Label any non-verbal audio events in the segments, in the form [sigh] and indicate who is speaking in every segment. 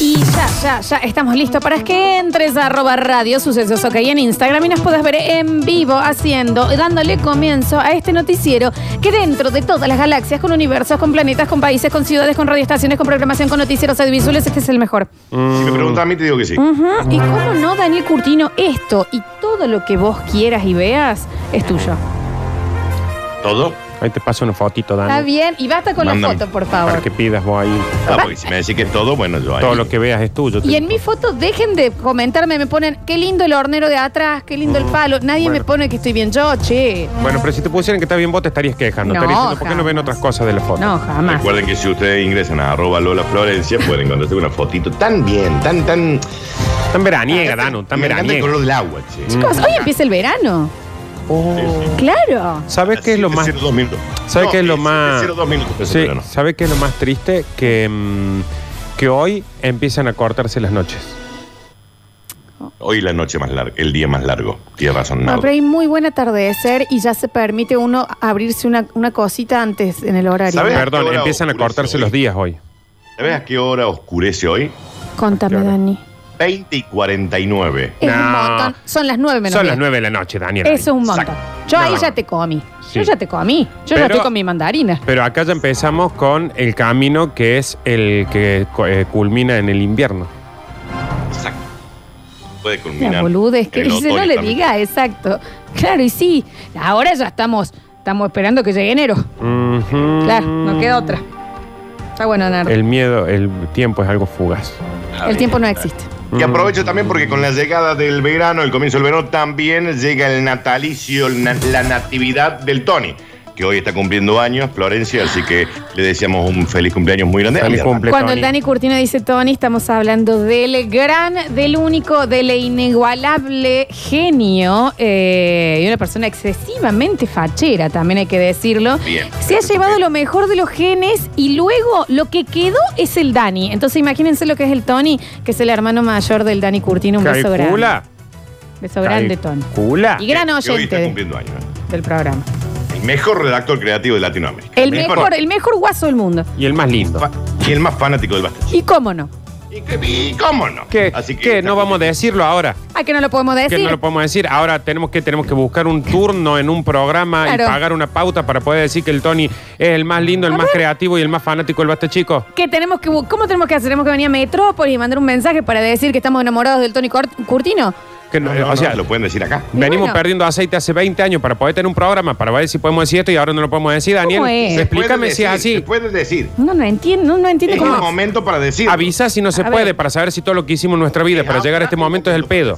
Speaker 1: Y ya, ya, ya estamos listos para que entres a arroba radio sucesos ok en Instagram y nos puedas ver en vivo haciendo, dándole comienzo a este noticiero que dentro de todas las galaxias, con universos, con planetas, con países, con ciudades, con radioestaciones, con programación, con noticieros audiovisuales, este es el mejor.
Speaker 2: Si
Speaker 3: Mm.
Speaker 2: me preguntas a mí, te digo que sí.
Speaker 1: Ujú. Y cómo no, Daniel Curtino, esto y todo lo que vos quieras y veas es tuyo.
Speaker 2: ¿Todo?
Speaker 3: Ahí te paso una fotito, Dani.
Speaker 1: Está bien, y basta con
Speaker 2: Mándame.
Speaker 1: la foto, por favor.
Speaker 3: Para que pidas vos ahí.
Speaker 2: Ah, porque si me decís que es todo, bueno, yo ahí.
Speaker 3: Todo lo que veas es tuyo.
Speaker 1: Y en mi foto dejen de comentarme, me ponen, qué lindo el hornero de atrás, qué lindo el palo. Nadie
Speaker 3: Mm, bueno.
Speaker 1: me pone que estoy bien yo, che.
Speaker 3: Bueno, pero si te pusieran que está bien vos, te estarías
Speaker 1: No,
Speaker 3: quejando. estarías diciendo, ¿por qué no
Speaker 1: jamás.
Speaker 3: ven otras cosas de la foto?
Speaker 1: No, jamás.
Speaker 2: Recuerden que si ustedes ingresan a arroba Lola Florencia, pueden encontrarse una fotito tan bien, tan, tan.
Speaker 3: Tan veraniega, Danu, tan Mm.
Speaker 2: Me encanta el
Speaker 3: veraniega.
Speaker 2: color del agua, che.
Speaker 1: Chicos, hoy empieza el verano.
Speaker 3: Oh.
Speaker 1: Claro.
Speaker 3: ¿Sabes qué es lo más
Speaker 2: 702 minutos.
Speaker 3: ¿Sabes
Speaker 2: No,
Speaker 3: qué es lo
Speaker 2: siete-
Speaker 3: más-
Speaker 2: 702 minutos. pero
Speaker 3: Sí,
Speaker 2: no.
Speaker 3: ¿sabe qué es lo más triste? Que, mm, que hoy empiezan a cortarse las noches.
Speaker 2: Hoy la noche más larga, el día más largo. Tienes razón,
Speaker 1: No,
Speaker 2: Nardo.
Speaker 1: pero hay muy buen atardecer y ya se permite uno abrirse una, una cosita antes en el horario.
Speaker 2: ¿Sabes?
Speaker 3: Perdón,
Speaker 2: Ahora
Speaker 3: empiezan a
Speaker 2: oscurece
Speaker 3: cortarse
Speaker 2: hoy.
Speaker 3: los días hoy.
Speaker 2: ¿Sabés a qué hora oscurece hoy?
Speaker 1: Contame,
Speaker 3: Claro.
Speaker 1: Dani.
Speaker 2: 20 y 49.
Speaker 1: Es un
Speaker 3: No.
Speaker 1: montón. Son las nueve menos
Speaker 3: Son las
Speaker 1: diez.
Speaker 3: 9 de la noche, Daniel.
Speaker 1: Eso es un montón. Yo ahí
Speaker 3: No.
Speaker 1: ya te comí.
Speaker 3: Sí.
Speaker 1: Yo ya te comí. Yo ya
Speaker 3: Pero-
Speaker 1: estoy con mi mandarina.
Speaker 3: Pero acá ya empezamos con el camino que es el que co- eh, culmina en el invierno.
Speaker 2: Exacto. Puede
Speaker 1: La
Speaker 2: culminar.
Speaker 1: boludez que
Speaker 2: en el
Speaker 1: dice, [laughs] no
Speaker 2: otoño
Speaker 1: le
Speaker 2: también.
Speaker 1: diga, exacto. Claro, y sí. Ahora ya estamos, estamos esperando que llegue enero.
Speaker 3: Ujú.
Speaker 1: Claro, no queda otra. Está bueno, Nardo. El,
Speaker 3: El miedo, el tiempo es algo fugaz.
Speaker 1: tiempo no existe.
Speaker 2: Y aprovecho también porque con la llegada del verano, el comienzo del verano, también llega el natalicio, el na- la natividad del Tony, que hoy está cumpliendo años, Florencia, así que le deseamos un feliz cumpleaños muy grande.
Speaker 3: Feliz
Speaker 2: Ay,
Speaker 3: cumple,
Speaker 1: Cuando el
Speaker 3: Tony.
Speaker 1: Dani Curtino dice Tony, estamos hablando del gran, del único, del inigualable genio eh, y una persona excesivamente fachera, también hay que decirlo.
Speaker 2: Bien.
Speaker 1: Se ha llevado lo mejor de los genes y luego lo que quedó es el Dani. Entonces imagínense lo que es el Tony, que es el hermano mayor del Dani Curtino. Un beso grande.
Speaker 3: Calcula. Ah,
Speaker 1: Beso grande, Tony.
Speaker 3: Calcula.
Speaker 1: Y gran
Speaker 2: Que hoy está
Speaker 1: oyente de-
Speaker 2: cumpliendo años. ¿eh?
Speaker 1: del programa.
Speaker 2: El mejor redactor creativo de Latinoamérica.
Speaker 1: El mejor, el mejor guaso del mundo.
Speaker 3: Y el más lindo.
Speaker 2: fa- Y el más fanático del bastante.
Speaker 1: ¿Y cómo no?
Speaker 2: ¿Y, qué- y cómo no?
Speaker 3: ¿Qué?
Speaker 2: Así que
Speaker 3: ¿Qué?
Speaker 2: está
Speaker 3: No vamos a decirlo ahora.
Speaker 1: ¿A que no lo podemos
Speaker 3: Que
Speaker 1: decir?
Speaker 3: no lo podemos decir. Ahora tenemos que tenemos que buscar un turno en un programa
Speaker 1: Claro.
Speaker 3: y pagar una pauta para poder decir que el Tony es el más lindo, el más creativo y el más fanático del Basta Chico.
Speaker 1: ¿Qué tenemos que, bu- ¿Cómo tenemos que hacer? ¿Tenemos que venir a Metrópolis y mandar un mensaje para decir que estamos enamorados del Tony Cort- Curtino?
Speaker 3: Que no-
Speaker 2: No, no,
Speaker 3: o sea,
Speaker 2: no, lo pueden decir acá.
Speaker 3: venimos
Speaker 1: bueno.
Speaker 3: perdiendo aceite hace 20 años para poder tener un programa para ver si podemos decir esto y ahora no lo podemos decir, Daniel.
Speaker 1: ¿Cómo es?
Speaker 3: Eh, Explícame
Speaker 2: Pueden
Speaker 3: si es
Speaker 2: decir,
Speaker 3: así.
Speaker 2: se Puede decir.
Speaker 1: No, no entiendo, no, no entiendo
Speaker 2: Es el
Speaker 1: cómo.
Speaker 2: momento para decir.
Speaker 3: Avisa si no se
Speaker 1: A
Speaker 3: puede
Speaker 1: ver. ah,
Speaker 3: para saber si todo lo que hicimos en nuestra vida para llegar a este momento es el pedo.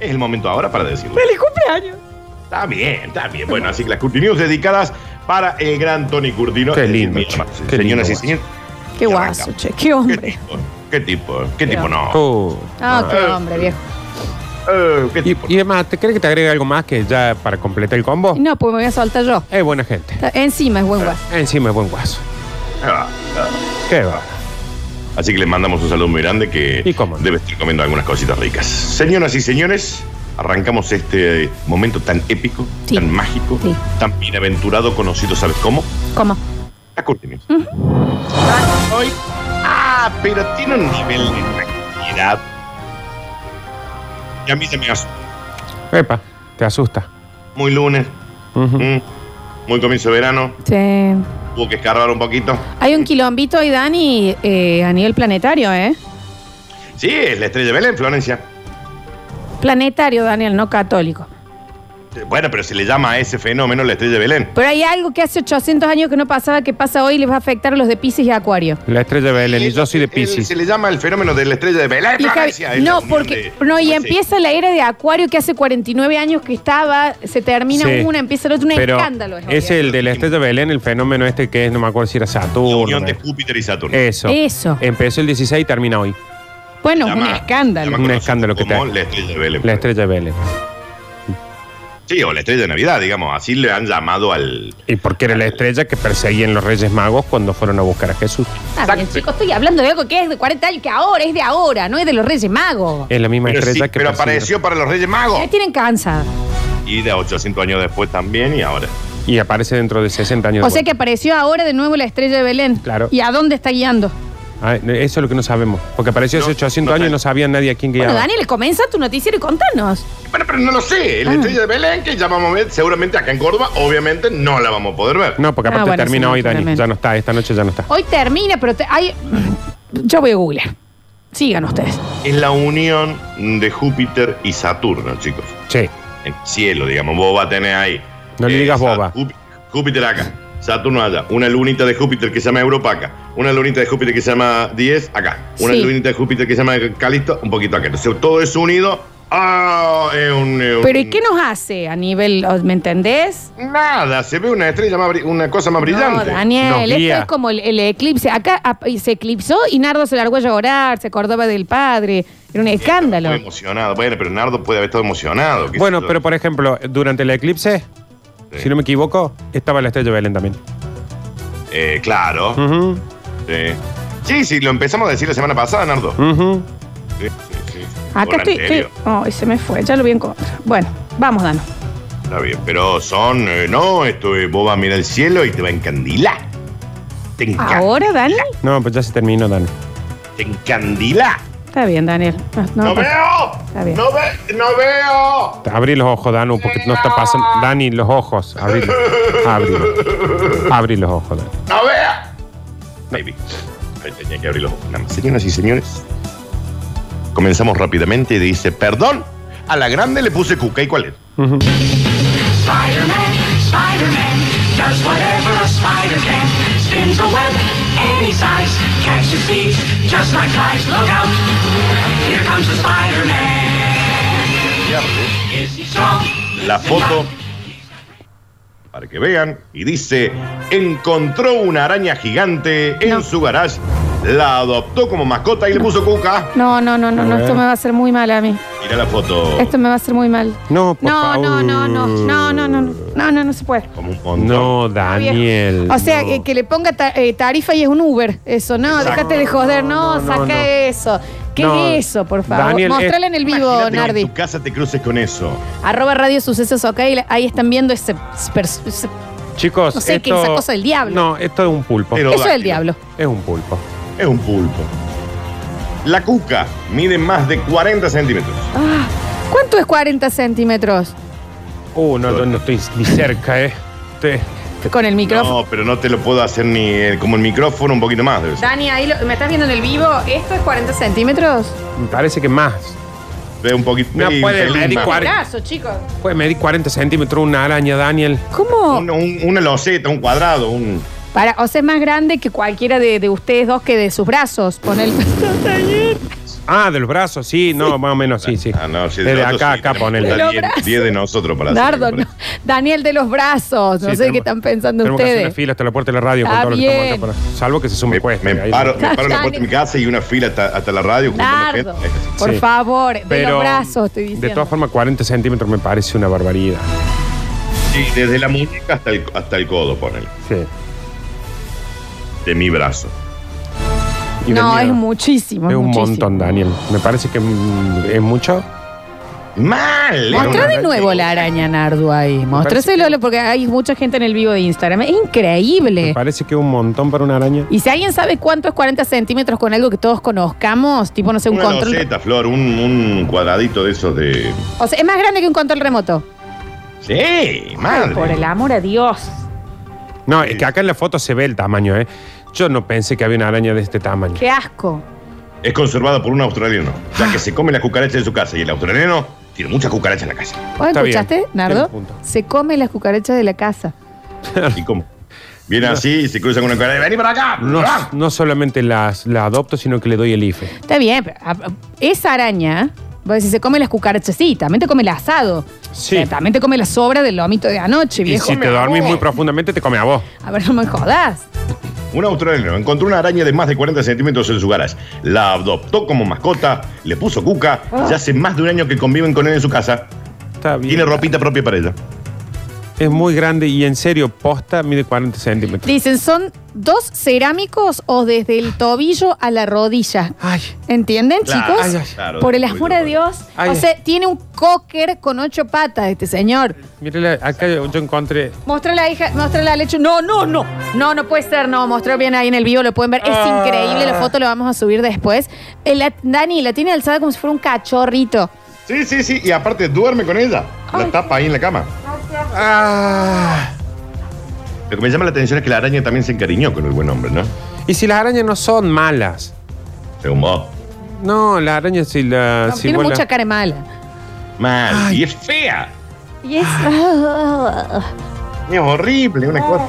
Speaker 2: Es el momento ahora para decirlo.
Speaker 1: ¡Feliz cumpleaños!
Speaker 2: Está bien, está bien. Bueno, así que las Curti News dedicadas para el gran Tony Curtino.
Speaker 3: Qué
Speaker 2: Es decir,
Speaker 3: lindo,
Speaker 2: mi
Speaker 3: chico.
Speaker 2: hermano.
Speaker 3: Qué
Speaker 2: Señoras
Speaker 3: lindo,
Speaker 2: y señores.
Speaker 1: Qué
Speaker 2: y
Speaker 1: guaso,
Speaker 2: arrancamos.
Speaker 1: che, qué
Speaker 2: ¿Qué
Speaker 1: hombre.
Speaker 2: tipo? ¿Qué tipo? ¿Qué tipo no?
Speaker 3: Oh.
Speaker 1: Ah, qué
Speaker 2: Ah.
Speaker 1: hombre, viejo.
Speaker 2: Eh, ¿Qué
Speaker 3: Y,
Speaker 2: tipo?
Speaker 3: y además, ¿te crees que te agregue algo más que ya para completar el combo?
Speaker 1: Y No, pues me voy a soltar yo.
Speaker 3: Es buena gente.
Speaker 1: Está- Encima es buen guaso.
Speaker 3: Encima es buen guaso.
Speaker 2: Ah, ah.
Speaker 3: Qué va.
Speaker 2: Así que les mandamos un saludo muy grande que
Speaker 3: Y cómo no.
Speaker 2: debe estar comiendo algunas cositas ricas. Señoras y señores, arrancamos este momento tan épico,
Speaker 1: Sí.
Speaker 2: tan mágico,
Speaker 1: Sí.
Speaker 2: tan bienaventurado, conocido, ¿sabes cómo?
Speaker 1: ¿Cómo?
Speaker 2: La Curti News. Ah, hoy- ah, pero tiene un nivel de tranquilidad. Y a mí se me hace
Speaker 3: Epa, te asusta.
Speaker 2: muy lunes.
Speaker 3: Ujú.
Speaker 2: Mm. Muy comienzo de verano,
Speaker 1: Che.
Speaker 2: tuvo que escarbar un poquito.
Speaker 1: Hay un quilombito hoy, Dani, eh, a nivel planetario, ¿eh?
Speaker 2: Sí, es la estrella de Belén, Florencia.
Speaker 1: Planetario, Daniel, no católico.
Speaker 2: Eh, Bueno, pero se le llama a ese fenómeno la estrella de Belén.
Speaker 1: Pero hay algo que hace 800 años que no pasaba, que pasa hoy y les va a afectar a los de Pisces y Acuario.
Speaker 3: La estrella de Belén y
Speaker 2: Él-
Speaker 3: yo soy de
Speaker 2: él-
Speaker 3: Pisces.
Speaker 2: Se le llama el fenómeno de la estrella de Belén,
Speaker 1: Y Javi-
Speaker 2: Florencia. es la
Speaker 1: no,
Speaker 2: unión
Speaker 1: porque
Speaker 2: de-
Speaker 1: no, y
Speaker 2: Sí.
Speaker 1: empieza la era de Acuario que hace 49 años que estaba, se termina
Speaker 3: Sí.
Speaker 1: una, empieza la otra, un
Speaker 3: Pero
Speaker 1: escándalo. Es, eh.
Speaker 3: es
Speaker 1: obvio.
Speaker 3: el de la estrella de Belén, el fenómeno este que es, no me acuerdo si era
Speaker 2: La
Speaker 3: Saturno.
Speaker 2: unión de
Speaker 3: ¿no?
Speaker 2: Júpiter y Saturno.
Speaker 3: Eso.
Speaker 1: Eso.
Speaker 3: Empezó el 16 y termina hoy.
Speaker 1: Bueno,
Speaker 2: Llama-
Speaker 1: un escándalo.
Speaker 2: llama
Speaker 3: Un
Speaker 2: conocido
Speaker 3: escándalo que te-
Speaker 2: como la estrella de Belén.
Speaker 3: La estrella de Belén.
Speaker 2: Sí, o la estrella de Navidad, digamos. Así le han llamado al.
Speaker 3: Y porque era la estrella que perseguían los Reyes Magos cuando fueron a buscar a Jesús.
Speaker 1: Está bien, chicos, estoy hablando de algo que es de 40 años, que ahora es de ahora, no es de los Reyes Magos.
Speaker 3: Es la misma
Speaker 2: Pero, sí,
Speaker 3: estrella que
Speaker 2: pero
Speaker 3: persigue-
Speaker 2: apareció para los Reyes Magos.
Speaker 1: Ya tienen cansada.
Speaker 2: Y de 800 años después también, y ahora.
Speaker 3: Y aparece dentro de 60 años.
Speaker 1: O
Speaker 3: de
Speaker 1: sea que apareció ahora de nuevo la estrella de Belén.
Speaker 3: Claro.
Speaker 1: ¿Y a dónde está guiando?
Speaker 3: vuelta. Ah, eso es lo que no sabemos. Porque apareció hace
Speaker 2: No,
Speaker 3: 800
Speaker 2: no
Speaker 3: años y
Speaker 2: sabe.
Speaker 3: no sabía nadie a quién guiaba.
Speaker 1: Bueno, Daniel, comienza tu noticiero y contanos.
Speaker 2: Bueno, pero no lo sé.
Speaker 3: Ah.
Speaker 2: La estrella de Belén, que ya vamos a ver, seguramente acá en Córdoba, obviamente no la vamos a poder ver.
Speaker 3: No, porque
Speaker 1: Ah,
Speaker 3: aparte
Speaker 1: bueno,
Speaker 3: termina
Speaker 1: sí,
Speaker 3: hoy, Dani.
Speaker 1: naturalmente.
Speaker 3: Ya no está, esta noche ya no está.
Speaker 1: Hoy termina, pero te- hay... yo voy a googlear. Sigan ustedes.
Speaker 2: Es la unión de Júpiter y Saturno, chicos.
Speaker 3: Sí.
Speaker 2: En el cielo, digamos. Vos vas a tener ahí.
Speaker 3: No le digas
Speaker 2: Sa-
Speaker 3: boba.
Speaker 2: Jú- Júpiter acá. Saturno allá. Una lunita de Júpiter que se llama Europa acá. Una lunita de Júpiter que se llama 10 acá. Una
Speaker 1: Sí.
Speaker 2: lunita de Júpiter que se llama Calisto un poquito acá. Entonces todo eso unido. ¡Ah! es un- es un-
Speaker 1: Pero ¿y qué nos hace a nivel, o- ¿me entendés?
Speaker 2: Nada, se ve una estrella más bri- una cosa más brillante.
Speaker 1: No,
Speaker 3: Nos
Speaker 1: Daniel, esto
Speaker 3: guía.
Speaker 1: es como el, el eclipse. Acá ap- se eclipsó y Nardo se largó a llorar, se acordaba del padre. Era un escándalo.
Speaker 2: Muy emocionado. Bueno, pero Nardo puede haber estado emocionado. qué
Speaker 3: Bueno,
Speaker 2: sé yo.
Speaker 3: pero por ejemplo, durante el eclipse,
Speaker 2: Sí.
Speaker 3: si no me equivoco, estaba la estrella de Belén también.
Speaker 2: Eh, claro.
Speaker 3: Ujú,
Speaker 2: sí. Sí, sí, lo empezamos a decir la semana pasada, Nardo.
Speaker 3: ujú.
Speaker 2: Sí, sí, sí. O
Speaker 1: Acá
Speaker 2: la
Speaker 1: estoy...
Speaker 2: anterior.
Speaker 1: estoy- Ay, se me fue, ya lo voy a encontrar. Bueno, vamos, Dano.
Speaker 2: Está bien, pero son. eh, no, esto es. Vos vas a mirar el cielo y te va a encandilar. Te encandilar.
Speaker 1: ¿Ahora, Daniel?
Speaker 3: No, pues ya se terminó, Dani.
Speaker 2: Te encandilar.
Speaker 1: Está bien, Daniel. No, no,
Speaker 2: ¡No,
Speaker 1: pasa-
Speaker 2: veo!
Speaker 1: Está bien.
Speaker 2: No, ve- ¡No veo!
Speaker 3: Abrí los ojos, Danu, porque no está pasando. Dani, los ojos. Abrilos. Abrilos. Abrí los ojos, Dani.
Speaker 2: ¡No veo! Baby. Ahí tenía que abrir los ojos. nada más. Señoras y señores, comenzamos rápidamente y dice: Perdón, a la grande le puse cuca. ¿Y cuál es?
Speaker 4: Spider-Man, Spider-Man, does whatever a spider can. Spins a web any size, catches thieves just like flies. Look out, here comes the Spider-Man. Is he strong?
Speaker 2: La foto. Para que vean. Y dice: Encontró una araña gigante en
Speaker 1: No.
Speaker 2: su garage. La adoptó como mascota y le puso cuca.
Speaker 1: no, no, no, no, no,
Speaker 3: A ver.
Speaker 1: esto me va a hacer muy mal a mí.
Speaker 2: Mira la foto.
Speaker 1: Esto me va a hacer muy mal.
Speaker 3: No, por
Speaker 1: No,
Speaker 3: favor.
Speaker 1: no, no, no, no, no, no, no, no, no se puede.
Speaker 2: Como un montón.
Speaker 3: No, Daniel.
Speaker 1: Ah, O sea,
Speaker 3: no.
Speaker 1: eh, que le ponga ta- eh, tarifa y es un Uber, eso, no,
Speaker 2: Exacto.
Speaker 1: déjate de joder, no,
Speaker 3: No, no,
Speaker 1: saca
Speaker 3: no.
Speaker 1: eso. ¿Qué
Speaker 3: No,
Speaker 1: es eso, por favor?
Speaker 3: Daniel,
Speaker 1: Mostrale
Speaker 3: es-
Speaker 1: en el vivo,
Speaker 2: Imagínate que En
Speaker 1: Nardi.
Speaker 2: tu casa te cruces con eso.
Speaker 1: Arroba Radio Sucesos, ok, ahí están viendo ese... pers- ese-
Speaker 3: Chicos.
Speaker 1: no sé, que
Speaker 3: esto-
Speaker 1: esa cosa del diablo.
Speaker 3: No, esto es un pulpo.
Speaker 2: Pero-
Speaker 1: eso es el
Speaker 2: Dáctilo.
Speaker 1: diablo.
Speaker 3: Es un pulpo.
Speaker 2: Es un pulpo. La cuca mide más de 40 centímetros.
Speaker 1: Ah, ¿Cuánto es 40 centímetros?
Speaker 3: Uh, no, yo no estoy ni cerca, eh. Te-
Speaker 1: Con el micrófono.
Speaker 2: No, pero no te lo puedo hacer ni eh, como el micrófono, un poquito más. debe ser.
Speaker 1: Dani, ahí lo- me estás viendo en el vivo, ¿esto es 40 centímetros?
Speaker 3: me parece que más.
Speaker 2: Ve un poquito
Speaker 3: No
Speaker 2: un
Speaker 3: puede
Speaker 2: pelín
Speaker 3: medir
Speaker 2: más.
Speaker 3: cuar-
Speaker 1: Brazo, chicos.
Speaker 3: Pues medí 40 centímetros una araña, Daniel.
Speaker 1: ¿Cómo?
Speaker 2: Un- un- una loseta, un cuadrado, un.
Speaker 1: Para, o sea, es más grande que cualquiera de, de ustedes dos que de sus brazos. Pon
Speaker 3: [laughs]
Speaker 1: el...
Speaker 3: Ah, de los brazos, sí, no, más o menos, sí, sí.
Speaker 2: Ah, no, sí,
Speaker 3: Desde
Speaker 2: nosotros
Speaker 3: acá,
Speaker 2: sí,
Speaker 3: acá
Speaker 2: tenemos
Speaker 3: ponele.
Speaker 2: que
Speaker 1: Pero-
Speaker 2: estar 10 10 de nosotros para hacer,
Speaker 1: Nardo, no.
Speaker 2: me parece.
Speaker 1: Daniel de los brazos. No
Speaker 3: Sí,
Speaker 1: sé
Speaker 3: tenemos-
Speaker 1: qué están pensando
Speaker 3: Tenemos que hacer una
Speaker 1: ustedes.
Speaker 3: fila hasta la puerta de la radio
Speaker 1: Está
Speaker 3: con todo lo que estamos
Speaker 1: bien.
Speaker 3: acá. para- salvo que se sume
Speaker 2: Me,
Speaker 3: cuesta.
Speaker 2: me
Speaker 3: ahí-
Speaker 2: paro, me paro en la puerta de mi
Speaker 1: Dale.
Speaker 2: casa y una fila hasta, hasta la radio. juntando
Speaker 1: Nardo,
Speaker 2: gente.
Speaker 1: por
Speaker 3: Sí.
Speaker 1: favor, de
Speaker 3: Pero,
Speaker 1: los brazos, estoy diciendo.
Speaker 3: De todas formas, 40 centímetros me parece una barbaridad.
Speaker 2: Sí, desde la muñeca hasta el, hasta el codo, ponele.
Speaker 3: Sí.
Speaker 2: De mi brazo.
Speaker 3: Y de
Speaker 1: no,
Speaker 3: miedo.
Speaker 1: es muchísimo.
Speaker 3: Es un
Speaker 1: muchísimo.
Speaker 3: montón, Daniel. Me parece que mm, es mucho.
Speaker 2: ¡Mal! Era
Speaker 1: Mostrá
Speaker 2: una
Speaker 1: de nuevo la araña, Nardo, ahí. Mostráselo, porque hay mucha gente en el vivo de Instagram. Es increíble.
Speaker 3: Me parece que es un montón para una araña.
Speaker 1: Y si alguien sabe cuánto es 40 centímetros con algo que todos conozcamos, tipo, no sé, un
Speaker 2: Una
Speaker 1: control.
Speaker 2: loseta, Flor, un, un cuadradito de esos de.
Speaker 1: O sea, es más grande que un control remoto.
Speaker 2: ¡Sí!
Speaker 1: Ay, por el
Speaker 2: ¡Madre!
Speaker 1: amor a Dios.
Speaker 3: No, es que acá en la foto se ve el tamaño, ¿eh? Yo no pensé que había una araña de este tamaño.
Speaker 1: Qué asco.
Speaker 2: Es conservada por un australiano, ya que se come la cucaracha de su casa y el australiano tiene muchas cucarachas en la casa.
Speaker 1: ¿Vos
Speaker 3: Está
Speaker 1: escuchaste,
Speaker 3: bien.
Speaker 1: Nardo?
Speaker 3: Tiene un punto.
Speaker 1: Se come las cucarachas de la casa.
Speaker 2: ¿Y cómo? Viene así y se cruza con una cucaracha. ¡Vení para acá!
Speaker 3: No,
Speaker 2: ¡Ah!
Speaker 3: no solamente las- la adopto, sino que le doy el E. IFE.
Speaker 1: Está bien, pero a- a- esa araña, vos decís, se come las cucarachas, sí, también te come el asado.
Speaker 3: Sí.
Speaker 1: O sea, también te come la sobra del lomito de anoche,
Speaker 3: Y
Speaker 1: viejo.
Speaker 3: si te dormís muy profundamente, te come a vos.
Speaker 1: A ver, no me jodas.
Speaker 2: Un australiano encontró una araña de más de 40 centímetros en su garage. La adoptó como mascota, le puso cuca y hace más de un año que conviven con él en su casa.
Speaker 3: está bien.
Speaker 2: Tiene ropita propia para ella.
Speaker 3: Es muy grande y en serio, posta mide 40 centímetros.
Speaker 1: Dicen, son dos cerámicos o desde el tobillo a la rodilla.
Speaker 3: Ay.
Speaker 1: ¿Entienden,
Speaker 2: Claro,
Speaker 1: chicos?
Speaker 3: ay, ay.
Speaker 2: Claro,
Speaker 1: Por el
Speaker 2: uy,
Speaker 1: amor
Speaker 2: no,
Speaker 1: a
Speaker 2: no.
Speaker 1: Dios.
Speaker 3: Ay,
Speaker 1: o
Speaker 3: ay.
Speaker 1: sea, tiene un cocker con ocho patas este señor.
Speaker 3: Mírala, acá yo yo encontré.
Speaker 1: Mostró la hija, mostró la leche. No, no, no. No, no puede ser, no. Mostró bien ahí en el vivo, lo pueden ver. Es
Speaker 3: Ah.
Speaker 1: increíble, la foto la vamos a subir después. Eh, la- Dani la tiene alzada como si fuera un cachorrito.
Speaker 2: Sí, sí, sí. Y aparte duerme con ella. La
Speaker 1: Ay.
Speaker 2: tapa ahí en la cama.
Speaker 3: Ah.
Speaker 2: Lo que me llama la atención es que la araña también se encariñó con el buen hombre, ¿no?
Speaker 3: Y si las arañas no son malas.
Speaker 2: Según vos.
Speaker 3: No, la araña si la.
Speaker 1: No,
Speaker 3: si
Speaker 1: tiene
Speaker 3: vuela-
Speaker 1: mucha cara mala.
Speaker 2: Mal. Y es fea.
Speaker 1: Y es.
Speaker 2: Y Es horrible, una cosa.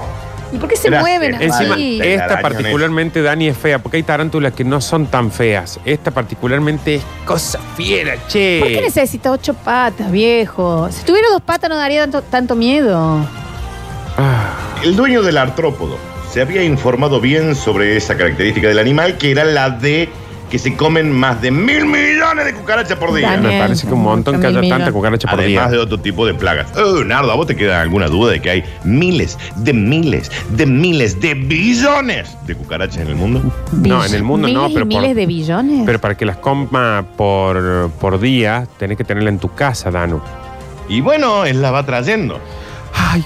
Speaker 1: ¿Y por qué se
Speaker 2: Gracias.
Speaker 1: mueven así?
Speaker 3: Encima,
Speaker 2: Sí. La
Speaker 3: esta
Speaker 2: araña
Speaker 3: particularmente, Dani, es fea, porque hay tarántulas que no son tan feas. Esta particularmente es cosa fiera, che.
Speaker 1: ¿Por qué necesita ocho patas, viejo? Si tuviera dos patas no daría tanto, tanto miedo.
Speaker 3: Ah,
Speaker 2: El dueño del artrópodo se había informado bien sobre esa característica del animal, que era la de que se comen más de mil millones de cucarachas por día.
Speaker 1: Daniel.
Speaker 3: me
Speaker 1: Bien,
Speaker 3: parece que un
Speaker 1: mucho,
Speaker 3: montón que
Speaker 1: mil
Speaker 3: haya
Speaker 1: millones.
Speaker 3: tanta cucaracha por
Speaker 2: Además de
Speaker 3: día.
Speaker 2: otro tipo de plagas. Oh, Nardo, ¿a vos te queda alguna duda de que hay miles, de miles, de miles, de billones de cucarachas en el mundo?
Speaker 3: No, en el mundo
Speaker 1: Miles
Speaker 3: no,
Speaker 1: y
Speaker 3: pero por-
Speaker 1: miles de billones.
Speaker 3: Pero para que las coma por, por día, tenés que tenerla en tu casa, Danu.
Speaker 2: Y bueno, él la va trayendo.
Speaker 3: Ay,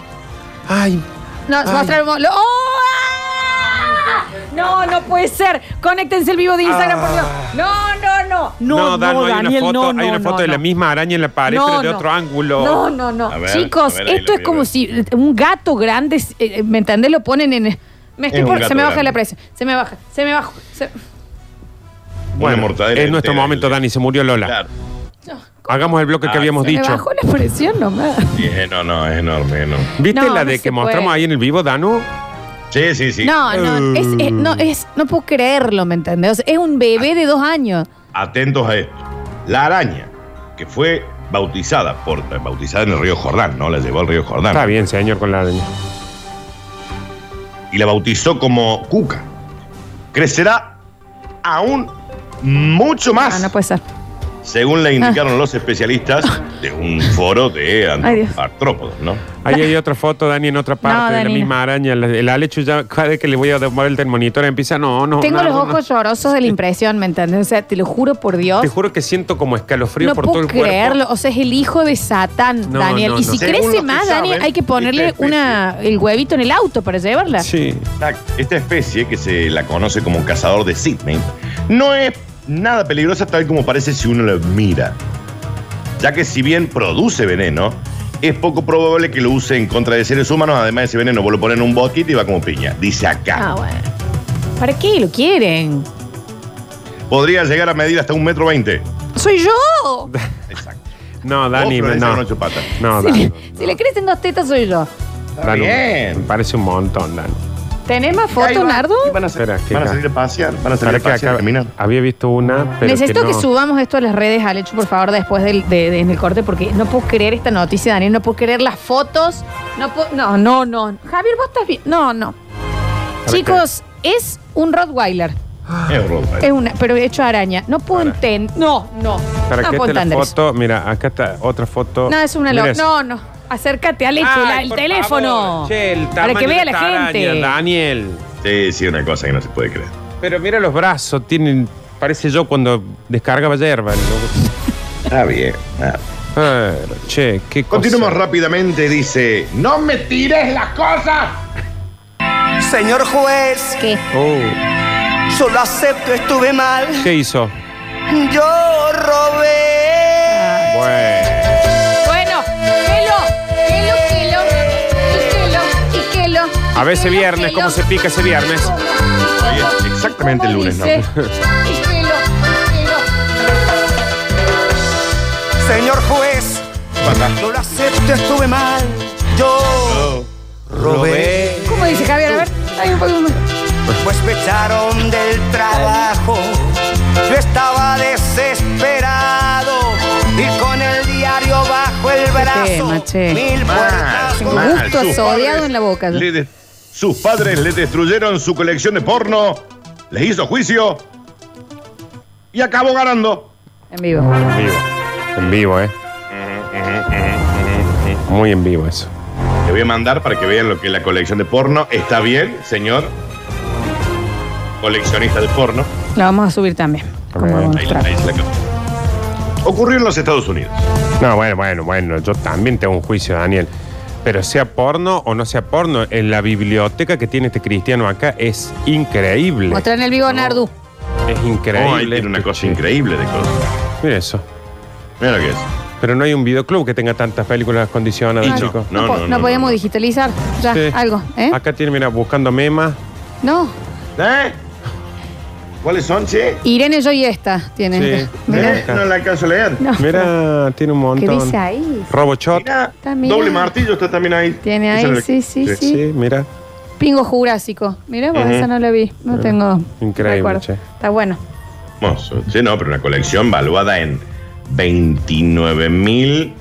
Speaker 3: ay.
Speaker 1: No,
Speaker 3: Ay.
Speaker 1: mostramos. lo- ¡Oh! ¡Ah! No, no puede ser. Conéctense el vivo de Instagram, por Dios. No, no, no. No, Ah. no,
Speaker 3: Danu, hay
Speaker 1: Daniel,
Speaker 3: una foto,
Speaker 1: no,
Speaker 3: hay
Speaker 1: no,
Speaker 3: una foto
Speaker 1: no,
Speaker 3: de la
Speaker 1: no.
Speaker 3: misma araña en la pared,
Speaker 1: No,
Speaker 3: pero de
Speaker 1: no.
Speaker 3: otro ángulo.
Speaker 1: No, no, no.
Speaker 2: A ver,
Speaker 1: Chicos,
Speaker 2: a ver, ahí
Speaker 1: esto
Speaker 2: lo
Speaker 1: es
Speaker 2: voy a
Speaker 1: como
Speaker 2: ver.
Speaker 1: si un gato grande, eh, eh, ¿me entendés? Lo ponen en. eh, Me estoy
Speaker 2: Es un
Speaker 1: por-
Speaker 2: gato
Speaker 1: se me baja
Speaker 2: grande.
Speaker 1: la presión. Se me baja, se me baja. se-
Speaker 2: Una
Speaker 3: Bueno,
Speaker 2: mortadela
Speaker 3: es nuestro
Speaker 2: entera,
Speaker 3: momento,
Speaker 2: el-
Speaker 3: Dani, se murió Lola.
Speaker 2: Claro.
Speaker 3: Hagamos el bloque
Speaker 2: Ah,
Speaker 3: que habíamos
Speaker 2: se
Speaker 1: Me
Speaker 3: dicho.
Speaker 1: bajó la presión nomás.
Speaker 2: Y es- eh, no, no, es enorme, ¿no?
Speaker 3: ¿Viste
Speaker 1: No,
Speaker 3: la
Speaker 1: no
Speaker 3: de
Speaker 1: se
Speaker 3: que
Speaker 1: puede.
Speaker 3: mostramos ahí en el vivo, Danu?
Speaker 2: Sí, sí, sí.
Speaker 1: No, no, es, es- no, es, no puedo creerlo, ¿me entendés? O sea, es un bebé de dos años.
Speaker 2: Atentos a esto. La araña, que fue bautizada, por, bautizada en el río Jordán, ¿no? La llevó al río Jordán.
Speaker 3: Está bien, señor, con la araña.
Speaker 2: y la bautizó como Cuca. Crecerá aún mucho más,
Speaker 1: Ah, No, no puede ser.
Speaker 2: según le
Speaker 1: [laughs]
Speaker 2: indicaron los especialistas de un foro de ant-
Speaker 1: Ay, Dios.
Speaker 2: artrópodos, ¿no?
Speaker 3: Ahí hay otra foto, Dani, en otra
Speaker 1: [laughs]
Speaker 3: parte
Speaker 1: No,
Speaker 3: de la
Speaker 1: Dani,
Speaker 3: misma araña. La- El Alechu ya, cada vez que le voy a dar vuelta el monitor, empieza, no, no.
Speaker 1: Tengo
Speaker 3: no,
Speaker 1: los
Speaker 3: no,
Speaker 1: ojos llorosos de la impresión, ¿me entendés? O sea, te lo juro por
Speaker 3: no.
Speaker 1: Dios.
Speaker 3: Te juro que siento como escalofrío
Speaker 1: no
Speaker 3: por todo
Speaker 1: puedo
Speaker 3: el cuerpo.
Speaker 1: creerlo. O sea, es el hijo de Satán,
Speaker 3: No,
Speaker 1: Daniel.
Speaker 3: no,
Speaker 1: y
Speaker 3: no.
Speaker 1: si
Speaker 2: Según lo
Speaker 1: crece
Speaker 2: que
Speaker 1: más,
Speaker 2: saben,
Speaker 1: Daniel, hay que ponerle
Speaker 2: esta especie-
Speaker 1: una, el huevito en el auto para llevarla.
Speaker 3: Sí.
Speaker 2: Exacto. Esta especie, que se la conoce como cazador de Sydney, no es nada peligrosa tal como parece si uno la mira, ya que si bien produce veneno, es poco probable que lo use en contra de seres humanos, además ese veneno vos lo pones en un boquete y va como piña, dice acá.
Speaker 1: Ah, bueno. ¿Para qué lo quieren?
Speaker 2: Podría llegar a medir hasta un metro veinte.
Speaker 1: ¡Soy yo!
Speaker 2: Exacto.
Speaker 3: No,
Speaker 2: Vos,
Speaker 3: Dani,
Speaker 2: Florencia,
Speaker 3: no.
Speaker 2: con ocho patas.
Speaker 1: [laughs]
Speaker 3: No,
Speaker 1: si,
Speaker 3: Dani.
Speaker 1: le, si le crecen dos tetas, soy yo.
Speaker 2: Está
Speaker 3: Me
Speaker 2: bien.
Speaker 3: parece un montón, Dani.
Speaker 1: ¿Tenés más
Speaker 2: Ahí
Speaker 1: fotos,
Speaker 2: va.
Speaker 1: Nardo?
Speaker 2: Y Van a, salir,
Speaker 3: Espera, que
Speaker 2: van a
Speaker 3: acá-
Speaker 2: salir a pasear, van a salir
Speaker 3: Para
Speaker 2: a
Speaker 3: que
Speaker 2: pasear, a
Speaker 3: acá
Speaker 2: caminar.
Speaker 3: había visto una, pero
Speaker 1: Ah. Necesito que,
Speaker 3: no.
Speaker 1: subamos esto a las redes, Alechu, por favor, después del, de- de- en el corte, porque no puedo creer esta noticia, Daniel. No puedo creer las fotos. No, puedo- no, no, no. Javier, vos estás bien. No, no.
Speaker 3: ¿Para
Speaker 1: Chicos, es un Rottweiler.
Speaker 2: Es ¿eh? horror.
Speaker 1: Es una, pero hecho araña. No puedo entender. No, no.
Speaker 3: Para
Speaker 1: no
Speaker 3: que
Speaker 1: puedo
Speaker 3: esté la
Speaker 1: entender eso.
Speaker 3: foto, mira, acá está otra foto.
Speaker 1: No, es una
Speaker 3: Mira
Speaker 1: loca.
Speaker 3: esa.
Speaker 1: No, no. Acércate, Alechu, la-
Speaker 3: Ay,
Speaker 1: el
Speaker 3: por
Speaker 1: teléfono.
Speaker 3: favor, che, el
Speaker 1: para que
Speaker 3: tamaño
Speaker 1: vea
Speaker 3: de
Speaker 1: la
Speaker 3: esta
Speaker 1: gente.
Speaker 3: araña, Daniel.
Speaker 2: Sí, sí, una cosa que no se puede creer.
Speaker 3: Pero mira los brazos, tienen. Parece yo cuando descargaba hierba.
Speaker 1: [laughs]
Speaker 3: ¿no?
Speaker 2: Está bien. Ah.
Speaker 3: Pero, che, qué cosa.
Speaker 2: Continuamos rápidamente, dice, no me tires las cosas.
Speaker 5: Señor juez,
Speaker 1: ¿Qué?
Speaker 3: Oh,
Speaker 5: solo acepto, estuve mal.
Speaker 3: ¿Qué hizo?
Speaker 5: Yo robé.
Speaker 3: Bueno.
Speaker 1: Bueno, quelo, quelo, quelo, y quelo, y quelo. y
Speaker 3: A ver ese
Speaker 1: quelo,
Speaker 3: viernes,
Speaker 1: quelo.
Speaker 3: ¿cómo se pica ese viernes?
Speaker 2: Oye, exactamente el
Speaker 1: ¿Cómo
Speaker 2: lunes, ¿no?
Speaker 1: dice? Y quelo, y quelo.
Speaker 5: Señor juez, solo acepto, estuve mal. Yo robé.
Speaker 1: ¿Cómo dice Javier? A ver, hay un poco
Speaker 5: Pues me echaron del trabajo. Yo estaba desesperado. Y con el diario bajo el
Speaker 1: tema,
Speaker 5: brazo.
Speaker 1: che.
Speaker 5: Mil puertas.
Speaker 2: Mal,
Speaker 5: con-
Speaker 2: Ah, mal.
Speaker 1: gusto
Speaker 2: Sus
Speaker 1: asodiado
Speaker 2: padres
Speaker 1: en la boca.
Speaker 2: le de- sus padres le destruyeron su colección de porno, les hizo juicio y acabó ganando.
Speaker 1: en vivo.
Speaker 3: En vivo. En vivo, ¿eh? Muy en vivo eso.
Speaker 2: Le voy a mandar para que vean lo que es la colección de porno. ¿Está bien, señor? Coleccionista de porno.
Speaker 1: Lo vamos a subir también. como
Speaker 3: Ahí,
Speaker 2: Ahí,
Speaker 1: track.
Speaker 2: ahí se la acabo. Ocurrió en los Estados Unidos.
Speaker 3: No, bueno, bueno, bueno. Yo también tengo un juicio, Daniel. Pero sea porno o no sea porno, en la biblioteca que tiene este cristiano acá es increíble.
Speaker 1: Mostrar en el vivo, Nardu.
Speaker 3: Es increíble.
Speaker 2: Oh, ahí tiene una cosa increíble de cosas.
Speaker 3: Mira eso.
Speaker 2: Mira lo que es.
Speaker 3: Pero no hay un videoclub que tenga tantas películas condicionadas,
Speaker 2: Y no.
Speaker 3: chicos.
Speaker 1: No,
Speaker 2: No,
Speaker 1: po-
Speaker 2: no,
Speaker 1: no
Speaker 2: no,
Speaker 1: podíamos
Speaker 2: no.
Speaker 1: digitalizar ya
Speaker 3: Sí.
Speaker 1: algo, ¿eh?
Speaker 3: Acá tiene, mira,
Speaker 1: [laughs]
Speaker 3: buscando memas.
Speaker 1: No.
Speaker 2: ¿Eh? ¿Cuáles son, che?
Speaker 1: Irene, yo y esta tiene. [laughs]
Speaker 3: Sí.
Speaker 1: Mirá.
Speaker 2: ¿Eh? No la alcanzo a leer.
Speaker 1: No.
Speaker 3: Mira, tiene un
Speaker 1: ¿Qué
Speaker 3: montón.
Speaker 1: dice ahí?
Speaker 3: Robochot.
Speaker 2: Mirá,
Speaker 1: Está, mirá.
Speaker 2: doble martillo está también ahí.
Speaker 1: Tiene ahí,
Speaker 2: Esa es la-
Speaker 1: sí, sí, sí.
Speaker 3: Sí,
Speaker 1: [laughs]
Speaker 3: mira.
Speaker 1: Pingo Jurásico. Mira, vos esa no la vi. No tengo.
Speaker 3: Increíble,
Speaker 1: recuerdo.
Speaker 3: che.
Speaker 1: Está bueno.
Speaker 2: Hermoso. Sí, no, pero una colección valuada en 29 mil.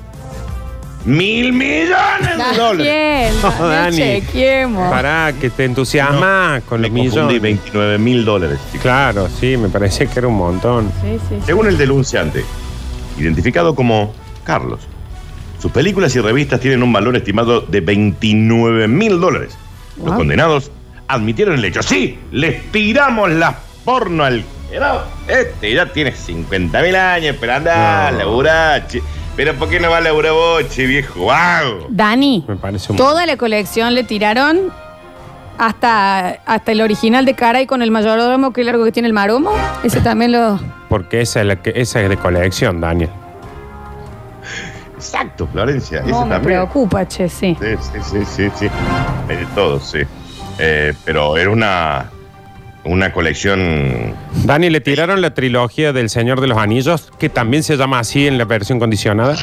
Speaker 2: ¡Mil millones de dólares!
Speaker 1: Bien,
Speaker 3: No, Dani.
Speaker 1: chequeemos.
Speaker 3: Pará, que te entusiasma con
Speaker 2: Me
Speaker 3: los
Speaker 2: confundí,
Speaker 3: millones.
Speaker 2: 29 mil dólares. chicos.
Speaker 3: Claro, sí, me parecía que era un montón.
Speaker 1: Sí, sí, sí.
Speaker 2: Según el denunciante, identificado como Carlos, sus películas y revistas tienen un valor estimado de 29 mil dólares. Los
Speaker 1: Wow.
Speaker 2: condenados admitieron el hecho. ¡Sí! ¡Les tiramos la porno al... Pero Este ya tiene 50 mil años, pero anda,
Speaker 3: No.
Speaker 2: laburá, che. Pero ¿por qué no va a laburar vos, che, viejo? ¡Wow!
Speaker 1: Dani,
Speaker 3: Me parece un
Speaker 1: toda la colección le tiraron hasta, hasta el original de Caray con el mayordomo, que largo que tiene el maromo. Ese también lo.
Speaker 3: Porque esa es, la que, esa es de colección, Daniel.
Speaker 2: Exacto, Florencia. ese
Speaker 1: No, me
Speaker 2: también.
Speaker 1: preocupa, che, sí.
Speaker 2: Sí, sí, sí, sí, sí. Hay de todo, sí. Eh, pero era una, una colección.
Speaker 3: Dani, ¿le tiraron la trilogía del Señor de los Anillos? Que también se llama así en la versión condicionada.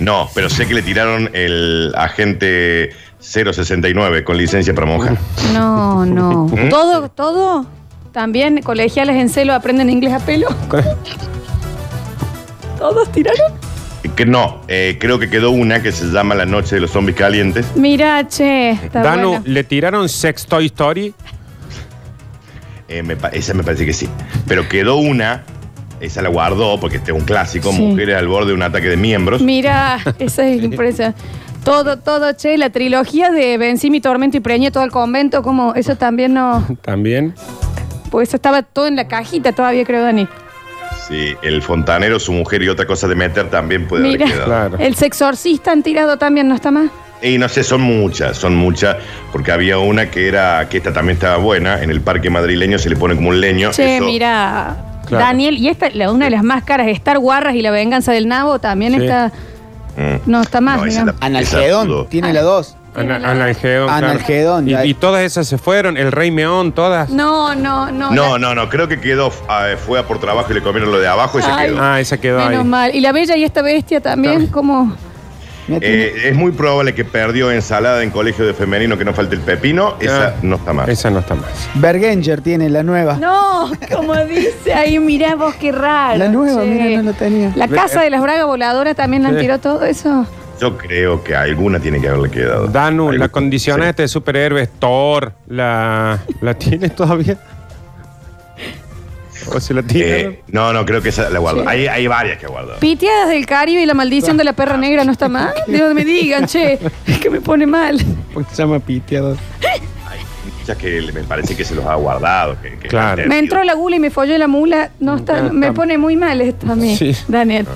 Speaker 2: No, pero sé que le tiraron el agente 069 con licencia para monja.
Speaker 1: No, no. Todo, todo. También colegiales en celo aprenden inglés a pelo. ¿Todos tiraron?
Speaker 2: Que no, eh, creo que quedó una que se llama La Noche de los Zombies Calientes.
Speaker 1: Mira, che, está
Speaker 3: Danu,
Speaker 1: bueno.
Speaker 3: ¿le tiraron Sex Toy Story?
Speaker 2: Eh, me pa- esa me parece que sí. Pero quedó una, esa la guardó porque este es un clásico:
Speaker 1: Sí.
Speaker 2: Mujeres al borde de un ataque de miembros.
Speaker 1: Mira, esa es impresionante. Todo, todo, che, la trilogía de Vencí mi tormento y preñé todo el convento, como eso también no.
Speaker 3: También.
Speaker 1: Pues eso estaba todo en la cajita todavía, creo, Dani.
Speaker 2: Sí, el fontanero, su mujer y otra cosa de meter también puede
Speaker 1: Mira.
Speaker 2: haber quedado.
Speaker 3: Claro.
Speaker 1: El sexorcista han tirado también, ¿no está más?
Speaker 2: Y no sé, son muchas, son muchas, porque había una que era, que esta también estaba buena, en el parque madrileño se le pone como un leño.
Speaker 1: Che,
Speaker 2: eso-
Speaker 1: mira.
Speaker 3: Claro.
Speaker 1: Daniel, y esta, la, una de las más caras, Star Guarras y la venganza del Nabo, también
Speaker 3: Sí.
Speaker 1: está.
Speaker 2: Mm.
Speaker 1: No está más,
Speaker 2: No, esa
Speaker 1: digamos.
Speaker 2: la-
Speaker 6: Analgedón,
Speaker 2: Exacto.
Speaker 6: tiene la dos.
Speaker 3: Ana- Analgedón. claro.
Speaker 6: Analgedón,
Speaker 3: Y,
Speaker 6: ya.
Speaker 3: y todas esas se fueron. El Rey Meón, todas.
Speaker 1: No, no, no.
Speaker 2: No, no, no, creo que quedó, ah, fue a por trabajo y le comieron lo de abajo y
Speaker 1: Ay.
Speaker 2: se quedó.
Speaker 3: Ah, esa quedó
Speaker 1: Menos
Speaker 3: ahí.
Speaker 1: mal. Y la bella y esta bestia también,
Speaker 3: Claro.
Speaker 1: como.
Speaker 6: Mira, tiene-
Speaker 2: Eh, es muy probable que perdió ensalada en colegio de femenino, que no falte el pepino, esa
Speaker 3: Ah.
Speaker 2: no está mal.
Speaker 3: Esa no está más.
Speaker 6: Bergenger tiene la nueva.
Speaker 1: No, como dice ahí, mirá vos qué raro.
Speaker 6: La nueva,
Speaker 1: che.
Speaker 6: mira, no la tenía.
Speaker 1: La casa de las bragas voladoras también la han
Speaker 3: eh. Sí.
Speaker 1: tirado todo eso.
Speaker 2: Yo creo que alguna tiene que haberle quedado.
Speaker 3: Danu,
Speaker 2: Alguna-
Speaker 3: la condición este de superhéroes, Thor, ¿la, ¿la
Speaker 1: [laughs]
Speaker 3: tiene todavía? ¿O se la
Speaker 2: Sí.
Speaker 3: tiene?
Speaker 2: Eh, no, no, creo que esa la guardó. Hay, hay varias que guardó.
Speaker 1: Piteadas del Caribe y la maldición de la perra negra no está mal. De donde me digan, che, es que me pone
Speaker 3: [laughs]
Speaker 1: mal.
Speaker 6: Porque se llama piteado.
Speaker 2: Muchas que le- me parece que se los ha guardado. que- que-
Speaker 3: Claro.
Speaker 1: Me entró la gula y me folló la mula. No está,
Speaker 3: Mm, No,
Speaker 1: me
Speaker 3: está-
Speaker 1: pone muy mal esto a mí,
Speaker 3: Sí.
Speaker 1: Daniel.